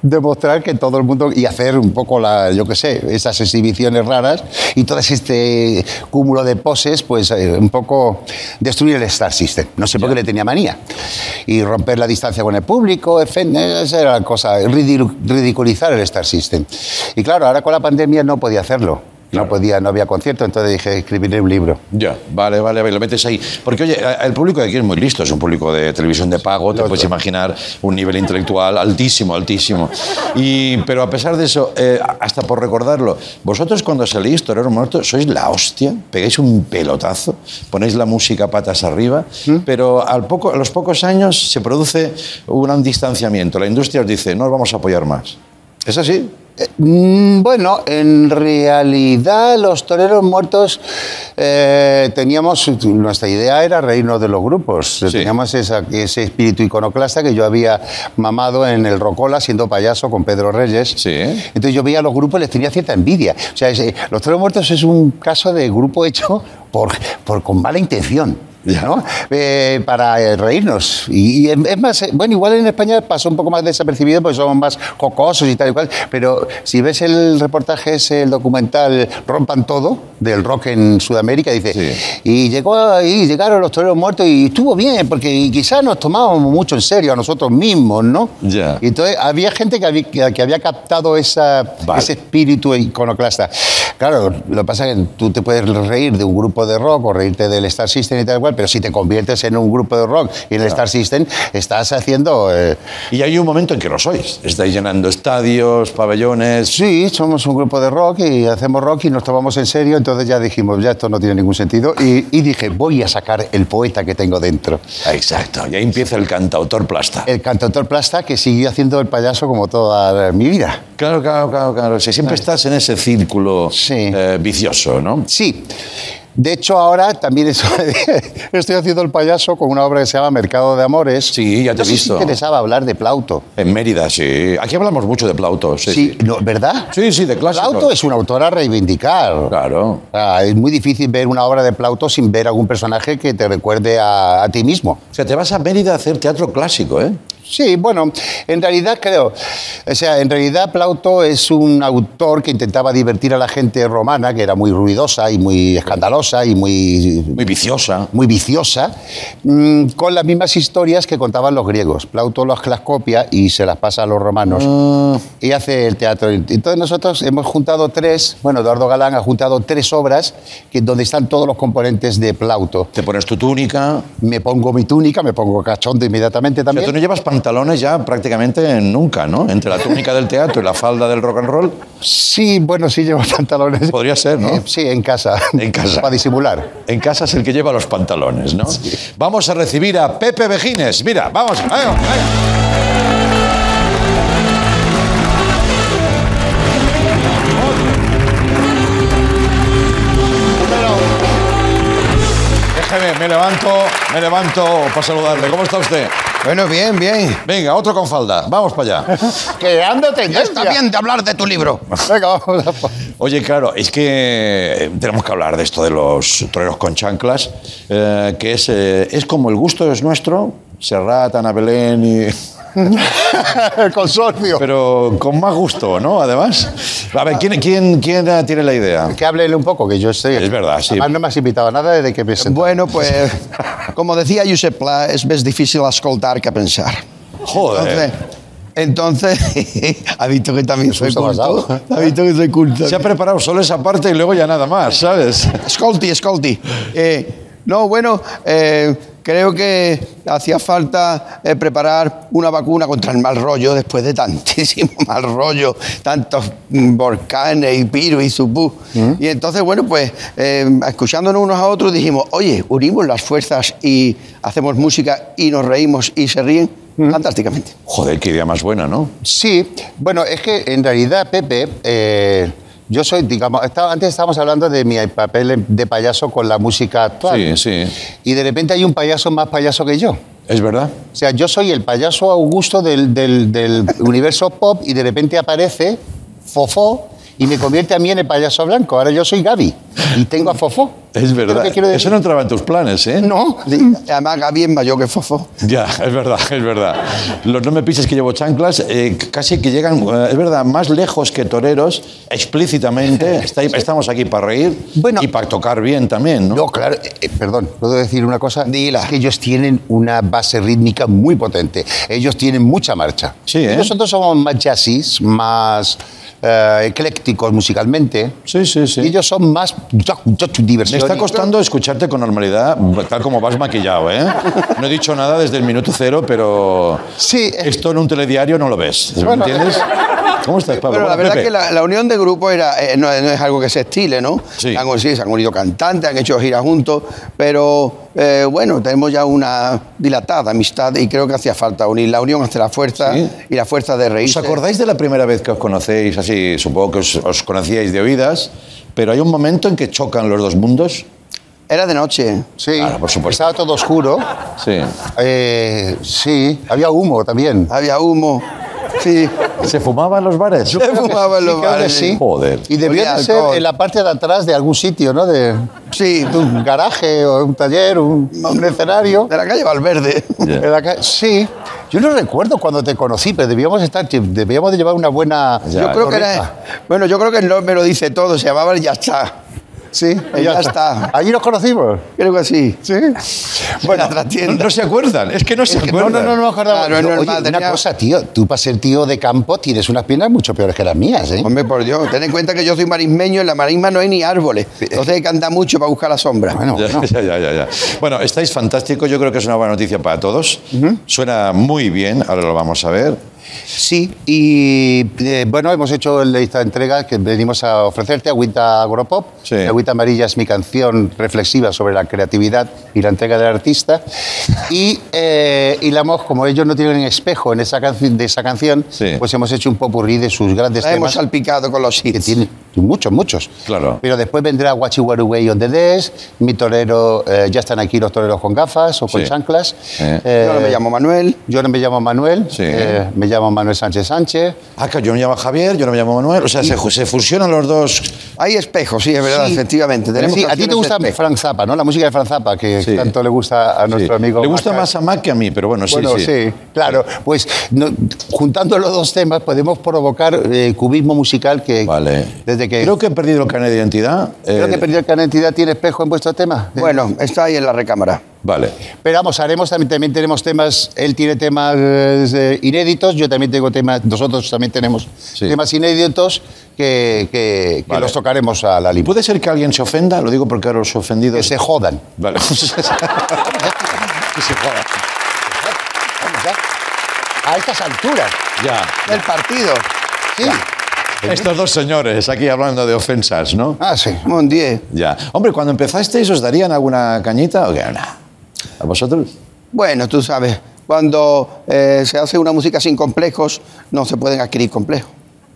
I: demostrar que todo el mundo y hacer un poco la, yo qué sé, esas exhibiciones raras y todo este cúmulo de poses, pues eh, un poco destruir el Star System. No sé por qué le tenía manía. Y romper la distancia con el público, ofender, esa era la cosa, ridicu- ridiculizar el Star System. Y claro, ahora con la pandemia no podía hacerlo. No podía, no había concierto, entonces dije, escribiré un libro.
B: Ya, vale, vale, vale, lo metes ahí. Porque, oye, a- el público de aquí es muy listo, es un público de televisión de pago, te puedes imaginar un nivel intelectual altísimo, altísimo. Y, pero a pesar de eso, eh, hasta por recordarlo, vosotros cuando salís, Torero Muerto, sois la hostia, pegáis un pelotazo, ponéis la música patas arriba, pero al poco, a los pocos años se produce un distanciamiento. La industria os dice, no os vamos a apoyar más. ¿Es así?
I: Eh, mm, bueno, en realidad los toreros muertos eh, teníamos, nuestra idea era reírnos de los grupos, teníamos esa- ese espíritu iconoclasta que yo había mamado en el Rocola siendo payaso con Pedro Reyes.
B: Sí.
I: Entonces yo veía a los grupos y les tenía cierta envidia. O sea, ese- los toreros muertos es un caso de grupo hecho por, por- con mala intención. ¿no? Eh, para eh, reírnos. Y, y es es más, eh, bueno, igual en España pasó un poco más desapercibido porque somos más jocosos y tal y cual, pero si ves el reportaje ese, el documental Rompan Todo, del rock en Sudamérica, dice,
B: Sí.
I: y llegó ahí, llegaron los toreros muertos y estuvo bien, porque quizás nos tomábamos mucho en serio a nosotros mismos, ¿no?
B: Ya.
I: Y entonces había gente que había, que- que había captado esa,
B: Vale.
I: ese espíritu iconoclasta. Claro, lo que pasa es que tú te puedes reír de un grupo de rock o reírte del Star System y tal cual, pero si te conviertes en un grupo de rock y en el Star System, estás haciendo... eh,
B: Y hay un momento en que lo sois. Estáis llenando estadios, pabellones,
I: sí, somos un grupo de rock y hacemos rock y nos tomamos en serio, entonces ya dijimos, ya esto no tiene ningún sentido, y, y dije, voy a sacar el poeta que tengo dentro.
B: Exacto, y ahí empieza el cantautor plasta.
I: El cantautor Plasta que siguió haciendo el payaso como toda mi vida.
B: Claro, claro, claro, claro. O sea, siempre estás en ese círculo
I: Sí.
B: eh, vicioso, ¿no?
I: Sí. De hecho, ahora también es- estoy haciendo el payaso con una obra que se llama Mercado de Amores.
B: Sí, ya te he
I: No sé si
B: visto.
I: te interesaba hablar de Plauto.
B: En Mérida, sí. Aquí hablamos mucho de Plauto. Sí,
I: Sí, no, ¿verdad?
B: sí, sí, de clásicos.
I: Plauto es una autora a reivindicar.
B: Claro.
I: O sea, es muy difícil ver una obra de Plauto sin ver algún personaje que te recuerde a, a ti mismo.
B: O sea, te vas a Mérida a hacer teatro clásico, ¿eh?
I: Sí, bueno, en realidad creo, o sea, en realidad Plauto es un autor que intentaba divertir a la gente romana, que era muy ruidosa y muy escandalosa y muy
B: Muy viciosa.
I: muy viciosa, mm, con las mismas historias que contaban los griegos. Plauto las, las copia y se las pasa a los romanos
B: Ah.
I: y hace el teatro. Entonces nosotros hemos juntado tres, bueno, Eduardo Galán ha juntado tres obras que, donde están todos los componentes de Plauto.
B: Te pones tu túnica.
I: Me pongo mi túnica, me pongo cachondo inmediatamente
B: O sea, tú
I: también.
B: no llevas pantalones ya prácticamente nunca, ¿no? Entre la túnica del teatro y la falda del rock and roll,
I: Sí, bueno, sí llevo pantalones.
B: podría ser, ¿no?
I: Eh, sí, en casa.
B: En casa.
I: Para disimular.
B: En casa es el que lleva los pantalones, ¿no? Vamos a recibir a Pepe Vejines. Mira, vamos. venga, venga. Déjeme, me levanto, me levanto para saludarle. ¿Cómo está usted?
E: Bueno, bien, bien.
B: Venga, otro con falda. Vamos para allá.
I: Creando tendencia.
H: Está bien de hablar de tu libro.
I: Venga, vamos a por-
B: Oye, claro, es que eh, tenemos que hablar de esto de los toreros con chanclas, eh, que es, eh, es como el gusto es nuestro, Serrat, Ana Belén y...
I: el consorcio.
B: Pero con más gusto, ¿no? Además. A ver, ¿quién, quién, quién eh, tiene la idea?
I: Que háblele un poco, que yo estoy.
B: Es verdad, sí.
I: Además, no me has invitado a nada desde que me senté.
E: Bueno, pues, como decía Josep Pla, es más difícil escoltar que pensar.
B: Joder.
E: Entonces, entonces ha visto que también soy
I: susto me has
E: culto.
I: dado.
E: Ha visto que soy culto.
B: Se ha preparado solo esa parte y luego ya nada más, ¿sabes?
E: Escolti, escolti. Eh, no, bueno, eh, creo que hacía falta eh, preparar una vacuna contra el mal rollo después de tantísimo mal rollo, tantos mm, volcanes y virus y supú. Y entonces, bueno, pues eh, escuchándonos unos a otros dijimos, oye, unimos las fuerzas y hacemos música y nos reímos y se ríen fantásticamente.
B: Joder, qué idea más buena, ¿no?
I: Sí, bueno, es que en realidad, Pepe, eh, yo soy, digamos, estaba- antes estábamos hablando de mi papel en- de payaso con la música actual.
B: Sí, sí.
I: Y de repente hay un payaso más payaso que yo. O
B: ¿Es verdad?
I: sea, yo soy el payaso Augusto del, del- del universo pop y de repente aparece Fofó y me convierte a mí en el payaso blanco. Ahora yo soy Gaby y tengo a Fofó.
B: Es verdad.
I: ¿Qué quiero decir?
B: Eso no entraba en tus planes, ¿eh?
E: No, además Gaby es mayor que Fofo.
B: Ya, es verdad, es verdad. Los no me pises que llevo chanclas eh, casi que llegan, eh, es verdad, más lejos que toreros, explícitamente. Está- estamos aquí para reír
I: Bueno.
B: y para tocar bien también, ¿no?
I: No, claro, eh, eh, perdón, ¿puedo decir una cosa?
E: Dila.
I: Es que ellos tienen una base rítmica muy potente. Ellos tienen mucha marcha.
B: Sí, ¿eh?
I: Nosotros somos más jazzis, más eh, eclécticos musicalmente.
B: Sí, sí, sí.
I: Y ellos son más yo- yo-
B: Me
I: diversión.
B: está
I: y-
B: costando escucharte con normalidad, tal como vas maquillado, ¿eh? No he dicho nada desde el minuto cero, pero
I: Sí, eh,
B: esto en un telediario no lo ves, ¿me
I: Bueno.
B: entiendes? ¿Cómo estás, Pablo?
E: Pero la
B: Bueno,
E: verdad
B: Pepe.
E: que la, la unión de grupos era, eh, no, no es algo que se estile, ¿no?
B: Sí.
E: Han, sí, se han unido cantantes, han hecho giras juntos, pero eh, bueno, tenemos ya una dilatada amistad y creo que hacía falta unir. La unión hace la fuerza
B: Sí.
E: y la fuerza de
B: ¿Os
E: reírse.
B: acordáis de la primera vez que os conocéis? Así, supongo que os, os conocíais de oídas, pero hay un momento en que chocan los dos mundos.
E: Era de noche.
I: Sí,
B: Claro, por supuesto.
I: estaba todo oscuro.
B: Sí.
I: Eh, sí, había humo también.
E: Había humo. Sí.
B: ¿Se fumaba en los bares?
E: Se fumaba en los
I: creo que
E: bares.
I: sí.
B: Joder.
I: Y debió
E: Olía
I: de
E: a
I: ser
E: alcohol.
I: en la parte de atrás de algún sitio, ¿no? De,
E: Sí.
I: de un garaje o un taller, un- un escenario.
E: De la calle Valverde.
B: Ya.
I: En la ca- sí, yo no recuerdo cuando te conocí, pero debíamos estar, debíamos de llevar una buena.
B: Ya.
E: Yo creo que
I: correcta.
E: era. Bueno, yo creo que no me lo dice todo. Se llamaba el Ya está.
I: Sí,
E: Y ya está.
I: Allí nos conocimos.
E: Creo que sí.
I: Sí.
E: Bueno, la
B: No,
E: trastienda.
B: no se acuerdan, es que no se
I: No,
B: acuerdan.
I: no, no, no me acordaba.
E: Claro, es
I: Yo,
E: normal,
I: oye, una
E: tenía-
I: cosa, tío, tú para ser tío de campo tienes unas piernas mucho peores que las mías, ¿eh?
E: Hombre, por Dios, ten en cuenta que yo soy marismeño, en la marisma no hay ni árboles. Entonces hay que andar mucho para buscar la sombra.
I: Bueno,
B: Ya,
I: bueno.
B: ya, ya, ya, ya. Bueno, estáis fantásticos. Yo creo que es una buena noticia para todos. Suena muy bien, ahora lo vamos a ver.
I: Sí, y eh, bueno, hemos hecho la lista de entrega que venimos a ofrecerte, Agüita Agropop.
B: Sí.
I: Agüita Amarilla es mi canción reflexiva sobre la creatividad y la entrega del artista. Y, eh, y la hemos, como ellos no tienen espejo en esa canci- de esa canción,
B: Sí.
I: pues hemos hecho un popurrí de sus grandes
H: La hemos
I: temas.
H: salpicado con los
I: que
H: hits.
I: tiene muchos, muchos.
B: Claro.
I: Pero después vendrá Guachi Way on the Desk, mi torero, eh, ya están aquí los toreros con gafas o con
B: Sí.
I: chanclas.
B: Eh.
H: Yo ahora me llamo Manuel.
I: Yo no me llamo Manuel,
B: Sí.
I: eh, me llamo Manuel Sánchez Sánchez.
B: Ah, que yo me llamo Javier, yo no me llamo Manuel. O sea, se, se fusionan los dos.
H: Hay espejos, sí, es verdad,
I: Sí.
H: efectivamente. Tenemos
I: Sí, a ti
H: canciones
I: te
H: de
I: gusta
H: espejo.
I: Frank Zappa, ¿no? La música de Frank Zappa, que
B: Sí.
I: tanto le gusta a nuestro
B: Sí.
I: amigo.
B: Le gusta
I: Maca.
B: más a Mac que a mí, pero bueno, sí,
I: Bueno,
B: sí.
I: sí, claro. Pues no- juntando los dos temas podemos provocar eh, cubismo musical que
B: Vale.
I: desde que
B: Creo que he perdido el carnet de identidad.
I: creo
B: eh,
I: que perdió el canal entidad tiene espejo en vuestro tema. Eh,
H: Bueno, está ahí en la recámara.
B: Vale.
I: Pero vamos, haremos también, también tenemos temas, él tiene temas eh, inéditos, yo también tengo temas, nosotros también tenemos
B: Sí.
I: temas inéditos que, que- que
B: Vale.
I: los tocaremos a la limpieza.
B: ¿Puede ser que alguien se ofenda? Lo digo porque a los
I: Que
B: ofendidos.
I: se jodan.
B: Vale. que se joda.
I: Vamos ya. A estas alturas
B: Ya.
I: del partido. Sí.
B: Estos dos señores aquí hablando de ofensas, ¿no?
I: Ah, sí.
H: Mon 10.
B: Ya. Hombre, cuando empezasteis, ¿os darían alguna cañita o qué? Nah. ¿A vosotros?
H: Bueno, tú sabes, cuando eh, se hace una música sin complejos, no se pueden adquirir complejos.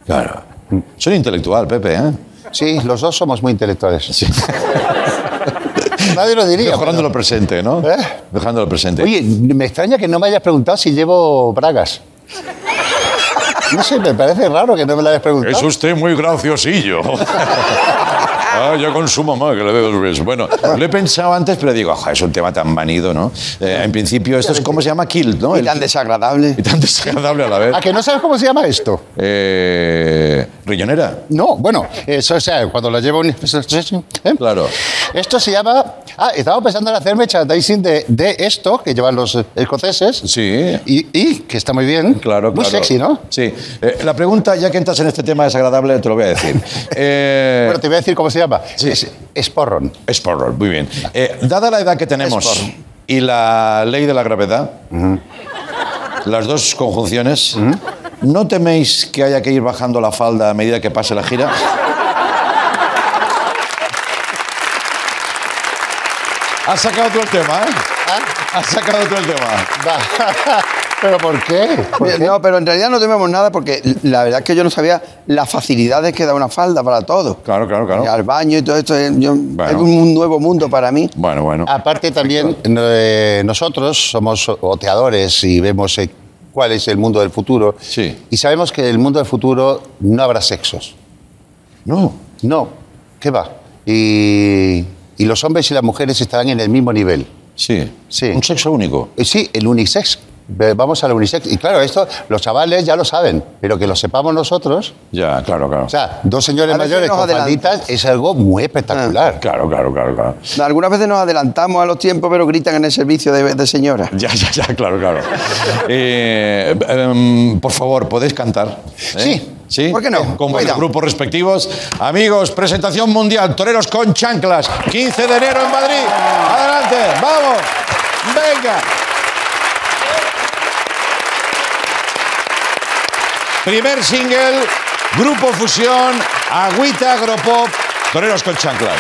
B: Claro. Soy intelectual, Pepe, ¿eh?
I: Sí, los dos somos muy intelectuales. Nadie lo diría.
B: Mejorando lo
I: pero-
B: presente, ¿no?
I: ¿Eh?
B: Mejorando lo presente.
I: Oye, me extraña que no me hayas preguntado si llevo bragas. No sé, me parece raro que no me lo hayas preguntado.
B: Es usted muy graciosillo. Ah, yo con su mamá que le veo dos veces. Bueno, lo he pensado antes, pero digo, "Ojo, es un tema tan manido, ¿no? Eh, en principio, esto es como se llama Kilt, ¿no?
H: Y tan desagradable.
B: y tan desagradable a la vez.
I: ¿A Ah, que no sabes cómo se llama esto?
B: Eh, riñonera.
I: No, bueno, eso, o sea, cuando lo llevo un... ¿eh?
B: Claro.
I: Esto se llama... Ah, estaba pensando en hacer merchandising de, de esto que llevan los eh, escoceses.
B: Sí.
I: Y, y, que está muy bien.
B: Claro, claro.
I: Muy sexy, ¿no?
B: Sí. Eh, la pregunta, ya que entras en este tema desagradable, te lo voy a decir. Eh,
I: Bueno, te voy a decir cómo se llama.
B: Sí.
I: Es, esporron.
B: Es porro, muy bien. Eh, dada la edad que tenemos
I: Es porro.
B: y la ley de la gravedad, las dos conjunciones, ¿no teméis que haya que ir bajando la falda a medida que pase la gira? Has sacado tú el tema, ¿eh? Has sacado tú el tema.
I: ¿Ah? Va. ¿Pero por qué? ¿Por
H: Mira,
I: qué?
H: No, pero en realidad no tememos nada porque la verdad es que yo no sabía las facilidades que da una falda para todo.
B: Claro, claro, claro.
H: Y Al baño y todo esto, eh, yo- es
B: Bueno.
H: un nuevo mundo para mí.
B: Bueno, bueno.
I: Aparte también, no, eh, nosotros somos oteadores y vemos eh, cuál es el mundo del futuro.
B: Sí.
I: Y sabemos que en el mundo del futuro no habrá sexos.
B: No.
I: No, ¿qué va? Y, y los hombres y las mujeres estarán en el mismo nivel.
B: Sí.
I: Sí.
B: Un sexo único.
I: Eh, Sí, el unisex. Ve- Vamos al unisex. Y claro, esto los chavales ya lo saben, pero que lo sepamos nosotros.
B: Ya, claro, claro.
I: O sea, dos señores
H: Ahora sí
I: mayores
H: nos Ah.
I: con
H: adelanta.
I: falditas es algo muy espectacular.
B: Claro, claro, claro, claro.
H: Algunas veces nos adelantamos a los tiempos, pero gritan en el servicio de, de señora.
B: Ya, ya, ya, claro, claro. Eh, em, por favor, ¿podéis cantar? ¿Eh?
I: Sí.
B: ¿Sí?
H: ¿Por qué
B: Con
H: no? Voy
B: vuestros
H: down.
B: grupos respectivos. Amigos, presentación mundial, Toreros con Chanclas, 15 de enero en Madrid. Adelante, vamos, venga. Primer single, Grupo Fusión, Agüita Agropop, Toreros con Chanclas.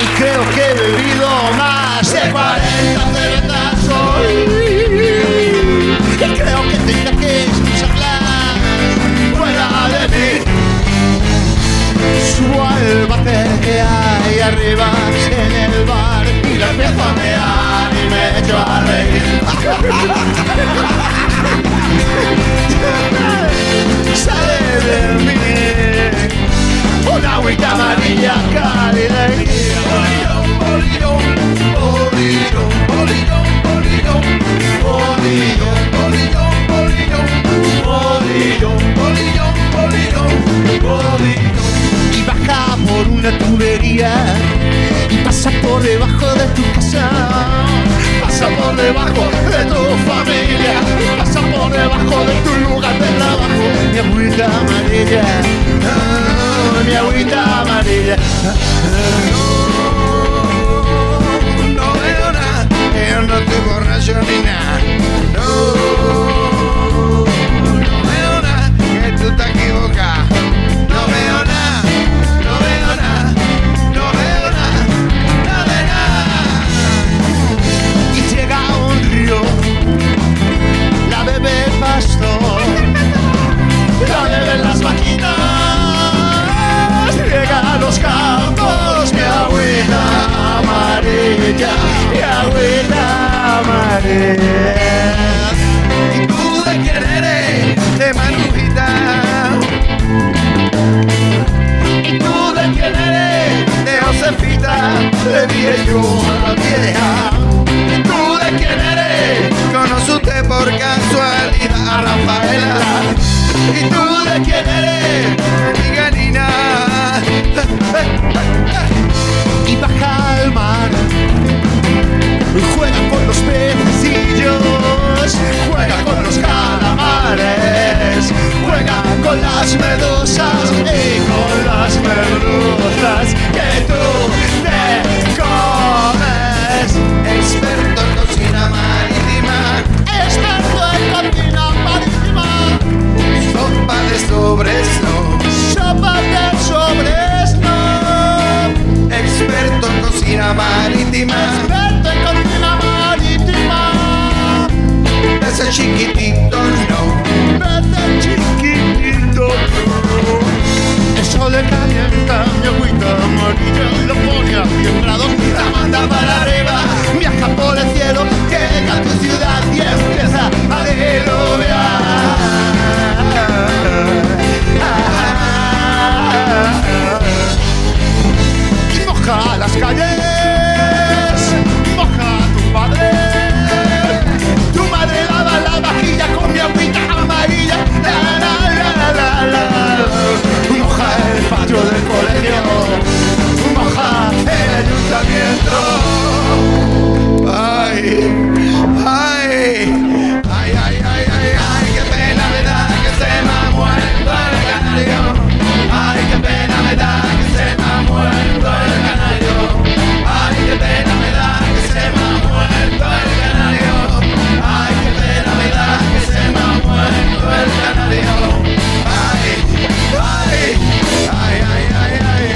J: Y creo que he bebido más de 40 cervezas hoy. Y creo que tendrá que expulsarlas fuera de mí. Subo al bate que hay arriba en el bar y la empiezo a mear y me echo a reír. Sale de mí una agüita amarilla cálida y bolirón, bolirón, bolirón, bolirón, bolirón, bolirón, bolirón, bolirón, bolirón, bolirón, bolirón, bolirón. Y baja por una tubería y pasa por debajo de tu casa. Pasa por debajo de tu familia, pasa por debajo de tu lugar de trabajo. Mi agüita amarilla, ah, mi agüita amarilla. Ah, ah, no. ¿Y tú de quién eres? Niga Nina. Y baja al mar. Y juega con los pececillos. Juega con los calamares. Juega con las medusas. Y con las medusas que tú te comes. Experto en cocina marítima. Experto en cocina marítima. Sopa de sobresno. Sopa de sobresno. Experto en cocina marítima. Experto en cocina marítima. Ese chiquitito no. Ese chiquitito no. Eso le calienta mi agüita amarilla y lo pone a 100 grados. La manda para arriba. Viaja por el cielo. Llega a tu ciudad y empieza a diluviar y moja las calles, y moja a tu padre. Tu madre lava la vajilla con mi agüita amarilla. La, la, la, la, la. Moja el patio del colegio, moja el ayuntamiento. Ay, ay, ay, ay, ay, ay, ay, qué pena me da que se me ha muerto el canario. Ay, qué pena me da que se me ha muerto el canario. Ay, qué pena me da que se me ha muerto el canario. Ay, qué pena me da que se me ha muerto el canario. Ay, ay, ay, ay, ay, ay, ay.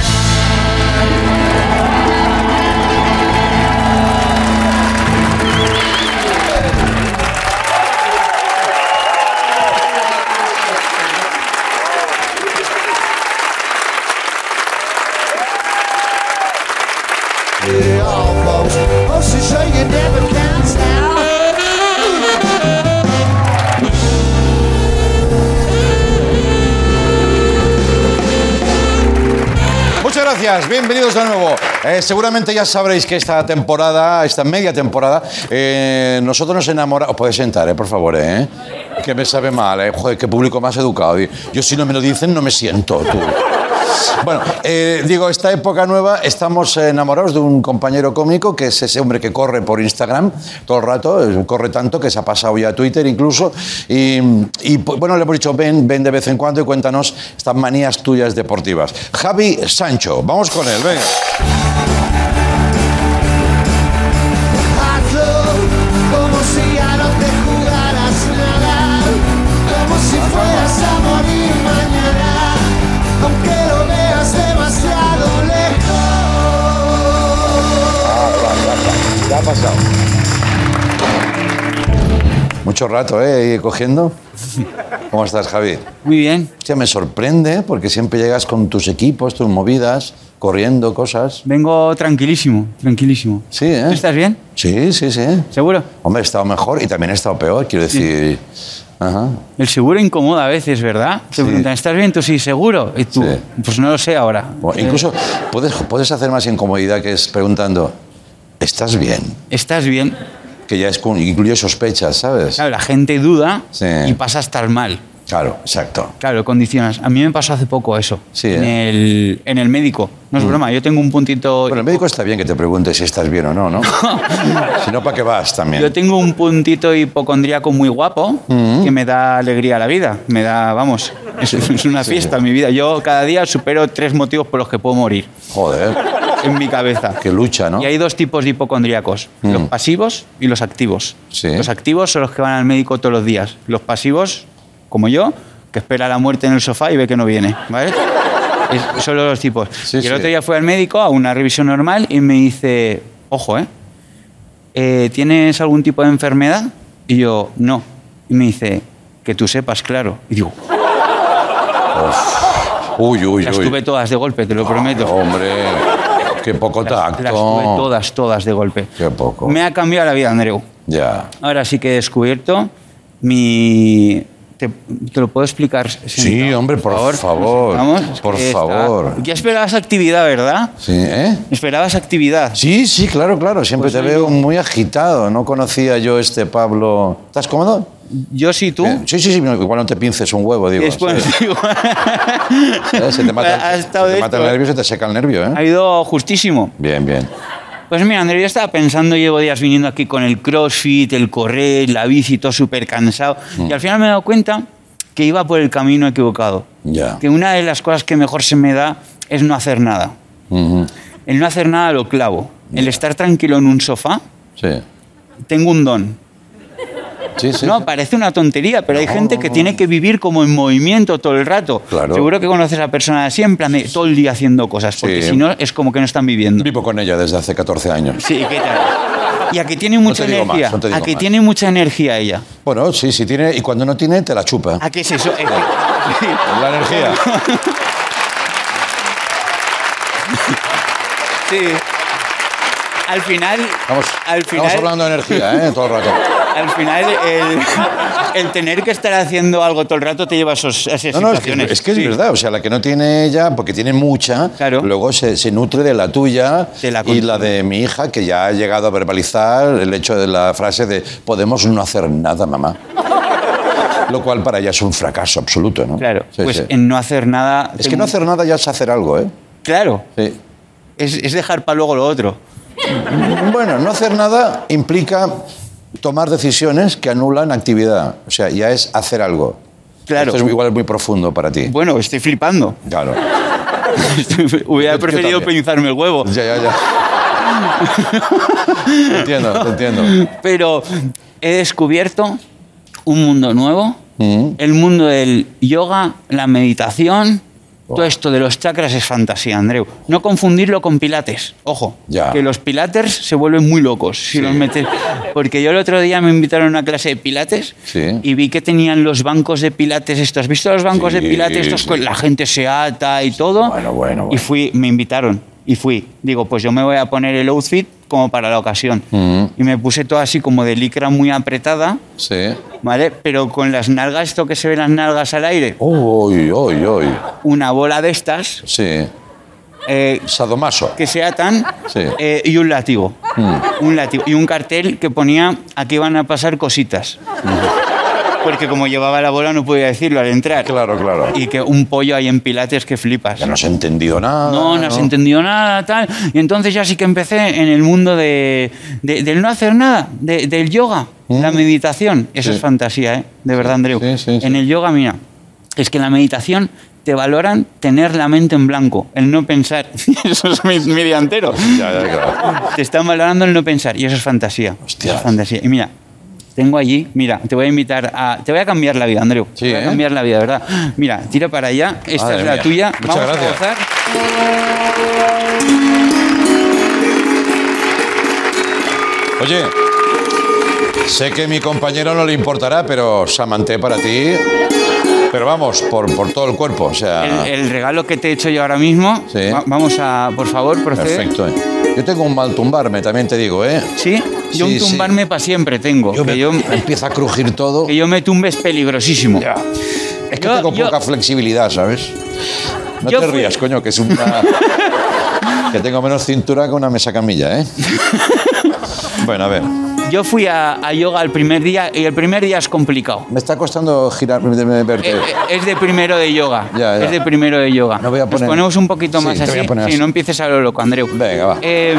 J: Oh, she sure you never can stop.
B: Muchas gracias, bienvenidos de nuevo. Eh, seguramente ya sabréis que esta temporada, esta media temporada, eh, nosotros nos enamoramos. Os podéis sentar, eh, por favor, eh. Que me sabe mal, eh. Joder, qué público más educado. Yo, si no me lo dicen, no me siento, tú. Bueno, eh, digo, esta época nueva estamos enamorados de un compañero cómico que es ese hombre que corre por Instagram todo el rato, eh, corre tanto que se ha pasado ya a Twitter incluso. Y, y, pues, bueno, le hemos dicho, ven, ven de vez en cuando y cuéntanos estas manías tuyas deportivas. Javi Sancho, vamos con él, venga.
J: Hazlo como si ya no te jugaras nada, como si fueras a morir mañana, aunque lo veas demasiado lejos.
B: Ya ha pasado. Mucho rato, ¿eh? Ahí Cogiendo. ¿Cómo estás, Javi?
K: Muy bien.
B: Hostia, me sorprende ¿eh? porque siempre llegas con tus equipos, tus movidas, corriendo cosas.
K: Vengo tranquilísimo, tranquilísimo.
B: Sí, ¿eh?
K: ¿Tú estás bien?
B: Sí, sí, sí.
K: ¿Seguro?
B: Hombre, he estado mejor y también he estado peor, quiero decir. Ajá.
K: El seguro incomoda a veces, ¿verdad? Te
B: Sí.
K: preguntan, ¿estás bien? Tú sí, seguro. Y tú,
B: Sí.
K: pues no lo sé ahora.
B: O incluso puedes, puedes hacer más incomodidad que es preguntando, ¿estás bien?
K: Estás bien.
B: Que ya es, con- incluye sospechas, ¿sabes?
K: Claro, la gente duda
B: Sí.
K: y pasa a estar mal.
B: Claro, exacto.
K: Claro, condicionas. A mí me pasó hace poco eso.
B: Sí,
K: en,
B: ¿eh? Mm.
K: el, en el médico. No es broma, yo tengo un puntito.
B: Bueno, el médico está bien que te pregunte si estás bien o no, ¿no? si no, ¿para qué vas también?
K: Yo tengo un puntito hipocondríaco muy guapo
B: Mm.
K: que me da alegría a la vida. Me da, vamos, es, es una fiesta mi vida. Yo cada día supero tres motivos por los que puedo morir
B: Joder,
K: en mi cabeza.
B: qué lucha, ¿no? Mm.
K: Y hay dos tipos de hipocondríacos, los pasivos y los activos.
B: Sí.
K: Los activos son los que van al médico todos los días. Los pasivos, como yo, que espera la muerte en el sofá y ve que no viene, ¿vale? Es- son los dos tipos.
B: Sí,
K: y el
B: sí.
K: otro día fui al médico a una revisión normal y me dice, ojo, ¿eh? Eh, ¿Tienes algún tipo de enfermedad? Y yo, no. Y me dice, que tú sepas, claro. Y digo,
B: Uy, uy, Oh,
K: las
B: uy.
K: tuve todas de golpe, te lo prometo.
B: Hombre, qué poco tacto.
K: Las tuve todas, todas de golpe.
B: Qué poco.
K: Me ha cambiado la vida, Andreu.
B: Ya.
K: Ahora sí que he descubierto mi... ¿Te, te lo puedo explicar? sentado,
B: hombre, por favor,
K: Vamos,
B: por
K: que está-
B: favor.
K: Ya esperabas actividad, ¿verdad?
B: Sí, ¿eh?
K: Esperabas actividad.
B: Sí, sí, claro, claro. Siempre
K: Pues
B: te
K: soy
B: veo
K: yo.
B: muy agitado. No conocía yo este Pablo. ¿Estás cómodo?
K: Yo sí, tú.
B: Sí, sí, sí, igual no te pinces un huevo, digo.
K: Es pues, bueno,
B: Sí.
K: igual.
B: Eh, Se te
K: Ha
B: mata, se
K: estado
B: te
K: de
B: mata el
K: esto, ¿eh?
B: nervio, se te seca el nervio, ¿eh?
K: Ha ido justísimo.
B: Bien, bien.
K: Pues mira, Andrés, yo estaba pensando, llevo días viniendo aquí con el crossfit, el correr, la bici, todo súper cansado.
B: Mm.
K: Y al final me he dado cuenta que iba por el camino equivocado.
B: Ya.
K: Que una de las cosas que mejor se me da es no hacer nada.
B: Ujú.
K: El no hacer nada lo clavo. El estar tranquilo en un sofá,
B: Sí.
K: tengo un don. no, parece una tontería, pero hay gente que tiene que vivir como en movimiento todo el rato.
B: Claro.
K: Seguro que conoces a personas así, en plan de todo el día haciendo cosas, porque
B: Sí.
K: si no es como que no están viviendo.
B: Vivo con ella desde hace 14 años.
K: Sí, ¿qué tal? Y a que tiene mucha
B: te digo más,
K: energía.
B: no te digo
K: a que
B: más.
K: tiene mucha energía ella.
B: Bueno, sí, sí tiene. Y cuando no tiene, te la chupa.
K: ¿A qué es eso? Es
B: La energía.
K: que- sí. Al final.
B: Vamos,
K: al final
B: Estamos hablando de energía, ¿eh? Todo el rato.
K: Al final, el, el tener que estar haciendo algo todo el rato te lleva a, esos, a esas
B: No, no, es que,
K: situaciones.
B: es que es
K: Sí.
B: verdad. O sea, la que no tiene ella, porque tiene mucha, luego se, se nutre de la tuya y la de mi hija, que ya ha llegado a verbalizar el hecho de la frase de podemos no hacer nada, mamá. Lo cual para ella es un fracaso absoluto, ¿no? Claro.
K: pues en no hacer nada.
B: Es que no hacer nada ya es hacer algo, ¿eh?
K: Claro.
B: Sí.
K: Es, es dejar para luego lo otro.
B: Bueno, no hacer nada implica tomar decisiones que anulan actividad. O sea, ya es hacer algo.
K: Claro.
B: Esto es igual muy profundo para ti.
K: Bueno, estoy flipando.
B: Claro.
K: Hubiera
B: Yo- yo
K: preferido
B: también.
K: pinzarme el huevo.
B: Ya, ya, ya. Te entiendo, te entiendo.
K: Pero he descubierto un mundo nuevo,
B: Mm.
K: el mundo del yoga, la meditación, todo esto de los chakras es fantasía, Andreu. No confundirlo con pilates, ojo,
B: Ya.
K: que los pilates se vuelven muy locos si los metes. Porque yo el otro día me invitaron a una clase de pilates
B: Sí.
K: y vi que tenían los bancos de pilates estos. ¿Has visto los bancos de
B: Sí,
K: pilates estos?
B: sí.
K: con La gente se ata y todo. Y fui, me invitaron y fui. Digo, pues yo me voy a poner el outfit como para la ocasión.
B: Mm.
K: Y me puse todo así como de licra muy apretada,
B: Sí.
K: ¿vale? Pero con las nalgas, esto que se ven las nalgas al aire.
B: Uy, uy, uy.
K: Una bola de estas
B: Sí.
K: eh,
B: Sadomaso.
K: que se atan
B: Sí.
K: eh, y un látigo.
B: Mm.
K: Un látigo. Y un cartel que ponía aquí van a pasar cositas. Porque como llevaba la bola no podía decirlo al entrar.
B: Mm. Claro, claro.
K: Y que un pollo ahí en pilates que flipas.
B: Ya no se ha entendido nada.
K: No, no has entendido nada, tal. Y entonces ya sí que empecé en el mundo de, de- del no hacer nada, de- del yoga, la meditación. Eso
B: Mm. Sí.
K: es fantasía, ¿eh? De verdad, Andreu. En el yoga, mira, es que en la meditación te valoran tener la mente en blanco, el no pensar. Eso es mi, mi día entero.
B: Ya, ya, claro.
K: Te están valorando el no pensar y eso es fantasía. Eso es fantasía. Y mira, tengo allí, mira, te voy a invitar a... Te voy a cambiar la vida, Andreu. te voy a
B: ¿eh?
K: cambiar la vida, ¿verdad? Mira, tira para allá. Esta
B: Madre
K: es la
B: mía.
K: tuya.
B: Muchas
K: Vamos
B: gracias.
K: a gozar.
B: Oye, sé que mi compañero no le importará, pero Samanté para ti. Pero vamos, por, por todo el cuerpo. O sea.
K: el, el regalo que te he hecho yo ahora mismo.
B: Sí.
K: Va- vamos a, por favor, procede.
B: Perfecto. ¿eh? Yo tengo un mal tumbarme, también te digo, ¿eh?
K: Sí, yo un
B: Sí, sí.
K: tumbarme para siempre tengo.
B: Yo
K: que
B: me-
K: yo,
B: me empieza a crujir todo.
K: que yo me tumbe es peligrosísimo.
B: Es que
K: Yo-
B: tengo
K: yo-
B: poca flexibilidad, ¿sabes? No
K: Yo
B: te
K: fui-
B: rías, coño, que es una. que tengo menos cintura que una mesa camilla, ¿eh? bueno, a ver.
K: Yo fui a, a yoga el primer día y el primer día es complicado.
B: Me está costando girar, verte.
K: Eh, eh, Es de primero de yoga.
B: Ya, ya.
K: Es de primero de yoga.
B: No voy a
K: Nos
B: poner-
K: ponemos un poquito
B: Sí,
K: más
B: te voy
K: así.
B: a poner
K: Sí,
B: así.
K: no empieces a lo loco, Andreu.
B: Venga, va.
K: Eh,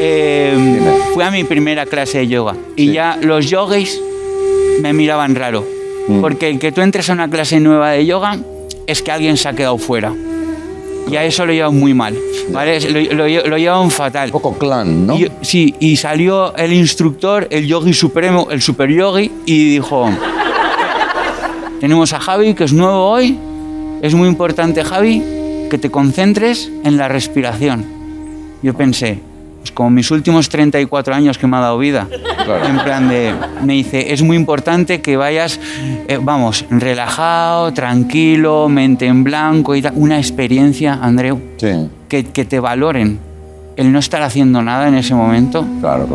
K: eh, fui a mi primera clase de yoga y ya los yogis me miraban raro.
B: Mm.
K: Porque el que tú entres a una clase nueva de yoga es que alguien se ha quedado fuera. Y a eso lo llevan muy mal. ¿vale? Lo, lo- lo llevan fatal. Un
B: poco clan, ¿no?
K: sí, y salió el instructor, el yogi supremo, el super yogi, y dijo: Tenemos a Javi, que es nuevo hoy. Es muy importante, Javi, que te concentres en la respiración. Yo pensé, pues como mis últimos 34 años que me ha dado vida. En plan de, me dice, es muy importante que vayas, eh, vamos, relajado, tranquilo, mente en blanco y tal. Una experiencia, Andreu,
B: Sí.
K: que, que te valoren. El no estar haciendo nada en ese momento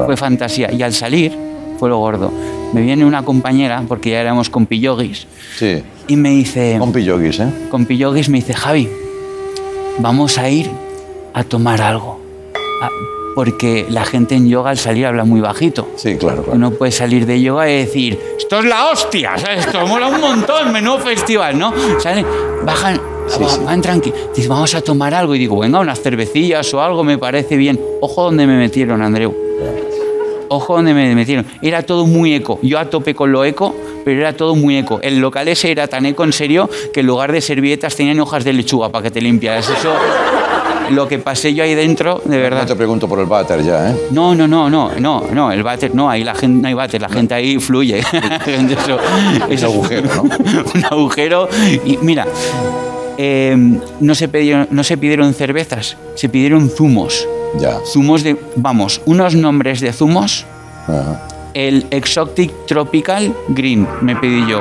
K: fue fantasía. Y al salir, fue lo gordo. Me viene una compañera, porque ya éramos compiyogis,
B: Sí.
K: y me dice...
B: Compiyogis, ¿eh?
K: Compiyogis me dice, Javi, vamos a ir a tomar algo. A- Ah, porque la gente en yoga al salir habla muy bajito.
B: Sí, claro, claro.
K: Uno puede salir de yoga y decir, esto es la hostia, ¿sabes? Esto mola un montón, menudo festival, ¿no? Salen, bajan, va- van tranqui. Dice, vamos a tomar algo. Y digo, venga, unas cervecillas o algo, me parece bien. Ojo donde me metieron, Andreu. Ojo donde me metieron. Era todo muy eco. Yo a tope con lo eco, pero era todo muy eco. El local ese era tan eco en serio que en lugar de servilletas tenían hojas de lechuga para que te limpiaras. Eso, lo que pasé yo ahí dentro, de verdad.
B: No te pregunto por el váter ya, ¿eh?
K: No, no, no, no, no, no, el váter, no, ahí la gente, no hay váter, la gente ahí fluye. eso, eso es
B: agujero, ¿no?
K: un agujero. Y mira, eh, no, se pidieron, no se pidieron cervezas, se pidieron zumos.
B: Ya.
K: Zumos de, vamos, unos nombres de zumos. El Exotic Tropical Green me pedí yo.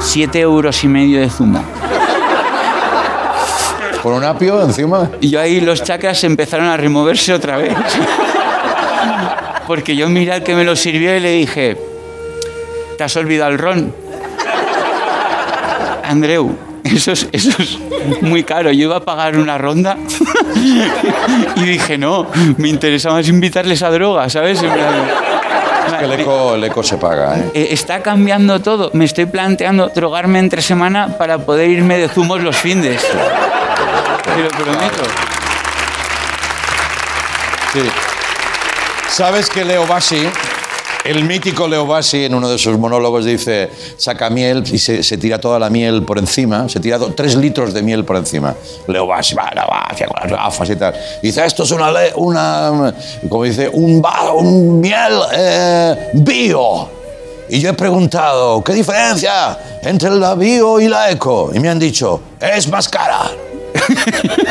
K: Siete euros y medio de zumo.
B: ¿Por un apio encima?
K: Y yo ahí los chakras empezaron a removerse otra vez. Porque yo miré al que me lo sirvió y le dije, ¿te has olvidado el ron? Andreu, eso es, eso es muy caro. Yo iba a pagar una ronda y dije, no, me interesa más invitarles a droga, ¿sabes? En plan,
B: Es que el eco, el eco se paga, ¿eh?
K: eh, está cambiando todo. Me estoy planteando drogarme entre semana para poder irme de zumos los findes. Te lo prometo.
B: Sí. ¿Sabes que Leo Bassi, el mítico Leo Bassi, en uno de sus monólogos dice, saca miel y se, se tira toda la miel por encima, se tira do- tres litros de miel por encima. Leo Bassi, va, la va, hacia con las gafas y tal. Dice, esto es una, le- una como dice, un, ba- un miel eh, bio. Y yo he preguntado, ¿qué diferencia entre la bio y la eco? Y me han dicho, es más cara.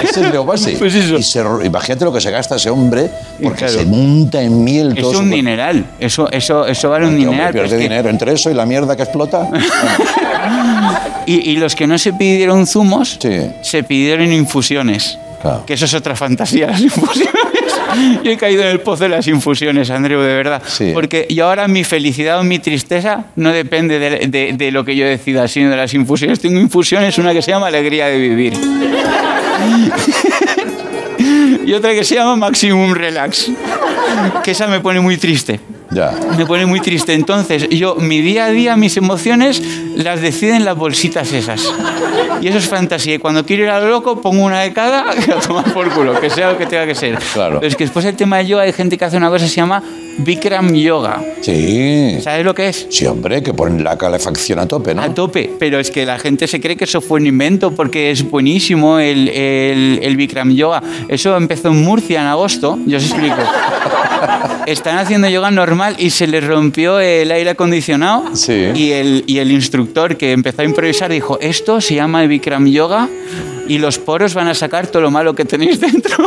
B: Ese es Leo Bassi. Y se ro- imagínate lo que se gasta ese hombre porque se monta en miel
K: Es
B: todo su
K: un
B: cuerpo.
K: dineral. Eso, eso, eso vale un
B: Hombre,
K: dineral. pero
B: pierde
K: es que-
B: dinero entre eso y la mierda que explota.
K: Y, y los que no se pidieron zumos, se pidieron infusiones. Que eso es otra fantasía, las infusiones. Yo he caído en el pozo de las infusiones, Andreu, de verdad. Porque y ahora mi felicidad o mi tristeza no depende de, de- de lo que yo decida, sino de las infusiones. Tengo infusiones, una que se llama Alegría de Vivir. y otra que se llama Maximum Relax. Que esa me pone muy triste.
B: Ya.
K: Me pone muy triste. Entonces, yo, mi día a día, mis emociones, las deciden las bolsitas esas. Y eso es fantasía. Y cuando quiero ir a lo loco, pongo una de cada a tomar por culo, que sea lo que tenga que ser. Claro. Pero es que después del tema de yoga, hay gente que hace una cosa que se llama Bikram Yoga.
B: Sí.
K: ¿Sabes lo que es?
B: Sí, hombre, que ponen la calefacción a tope, ¿no?
K: A tope, pero es que la gente se cree que eso fue un invento porque es buenísimo el, el, el Bikram Yoga. Eso empezó en Murcia en agosto, yo os explico. Están haciendo yoga normal y se les rompió el aire acondicionado y, el, y el instructor que empezó a improvisar dijo, esto se llama el Bikram Yoga y los poros van a sacar todo lo malo que tenéis dentro.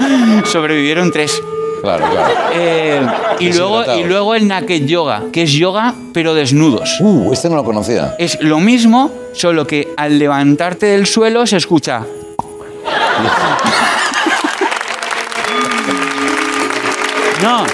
K: Sobrevivieron tres. Eh,
B: Claro, claro.
K: y, luego, y
B: Deshidratados.
K: luego el Naked Yoga, que es yoga pero desnudos.
B: Uh, este no lo conocía.
K: Es lo mismo, solo que al levantarte del suelo se escucha. No.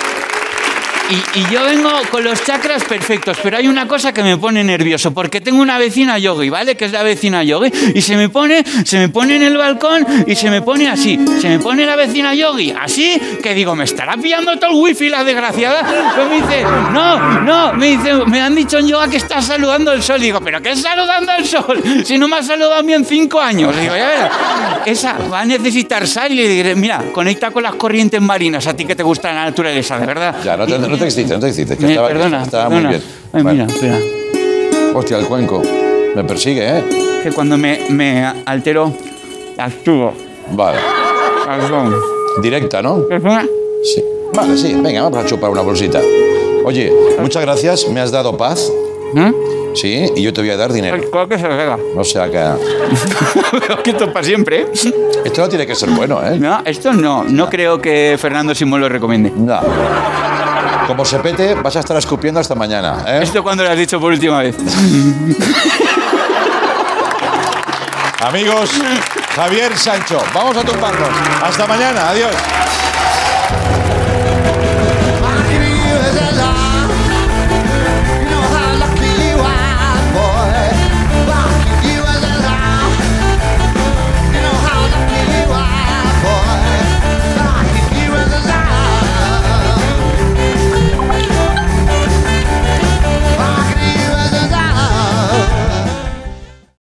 K: Y, y yo vengo con los chakras perfectos, pero hay una cosa que me pone nervioso, porque tengo una vecina yogi, ¿vale? Que es la vecina yogi, y se me pone, se me pone en el balcón y se me pone así, se me pone la vecina yogi, así, que digo, me estará pillando todo el wifi la desgraciada. Pero me dice, no, no, me dice, me han dicho en yoga que está saludando el sol. Digo, ¿pero qué es saludando el sol? Si no me ha saludado a mí en cinco años. Digo, ya verás. Esa va a necesitar sal y le diré, mira, conecta con las corrientes marinas, a ti que te gusta la naturaleza, de verdad.
B: Ya, no te, no te excites, no te excites. Que
K: Me-
B: estaba,
K: perdona,
B: estaba
K: perdona.
B: muy bien.
K: Ay, mira, espera.
B: Hostia, el cuenco. Me persigue, ¿eh?
K: Que cuando me, me altero, actúo.
B: Vale.
K: Perdón.
B: Directa, ¿no?
K: Perdona.
B: Sí. Vale, sí. Venga, vamos a chupar una bolsita. Oye, muchas gracias. Me has dado paz.
K: ¿eh?
B: Sí, y yo te voy a dar dinero.
K: Creo que se pega.
B: O sea que...
K: que esto para siempre, ¿eh?
B: Esto no tiene que ser bueno, ¿eh?
K: No, esto no. No creo que Fernando Simón lo recomiende.
B: No. Como se pete, vas a estar escupiendo hasta mañana, ¿eh?
K: ¿Esto cuándo lo has dicho por última vez?
B: Amigos, Javier Sancho, vamos a tumbarnos. Hasta mañana, adiós.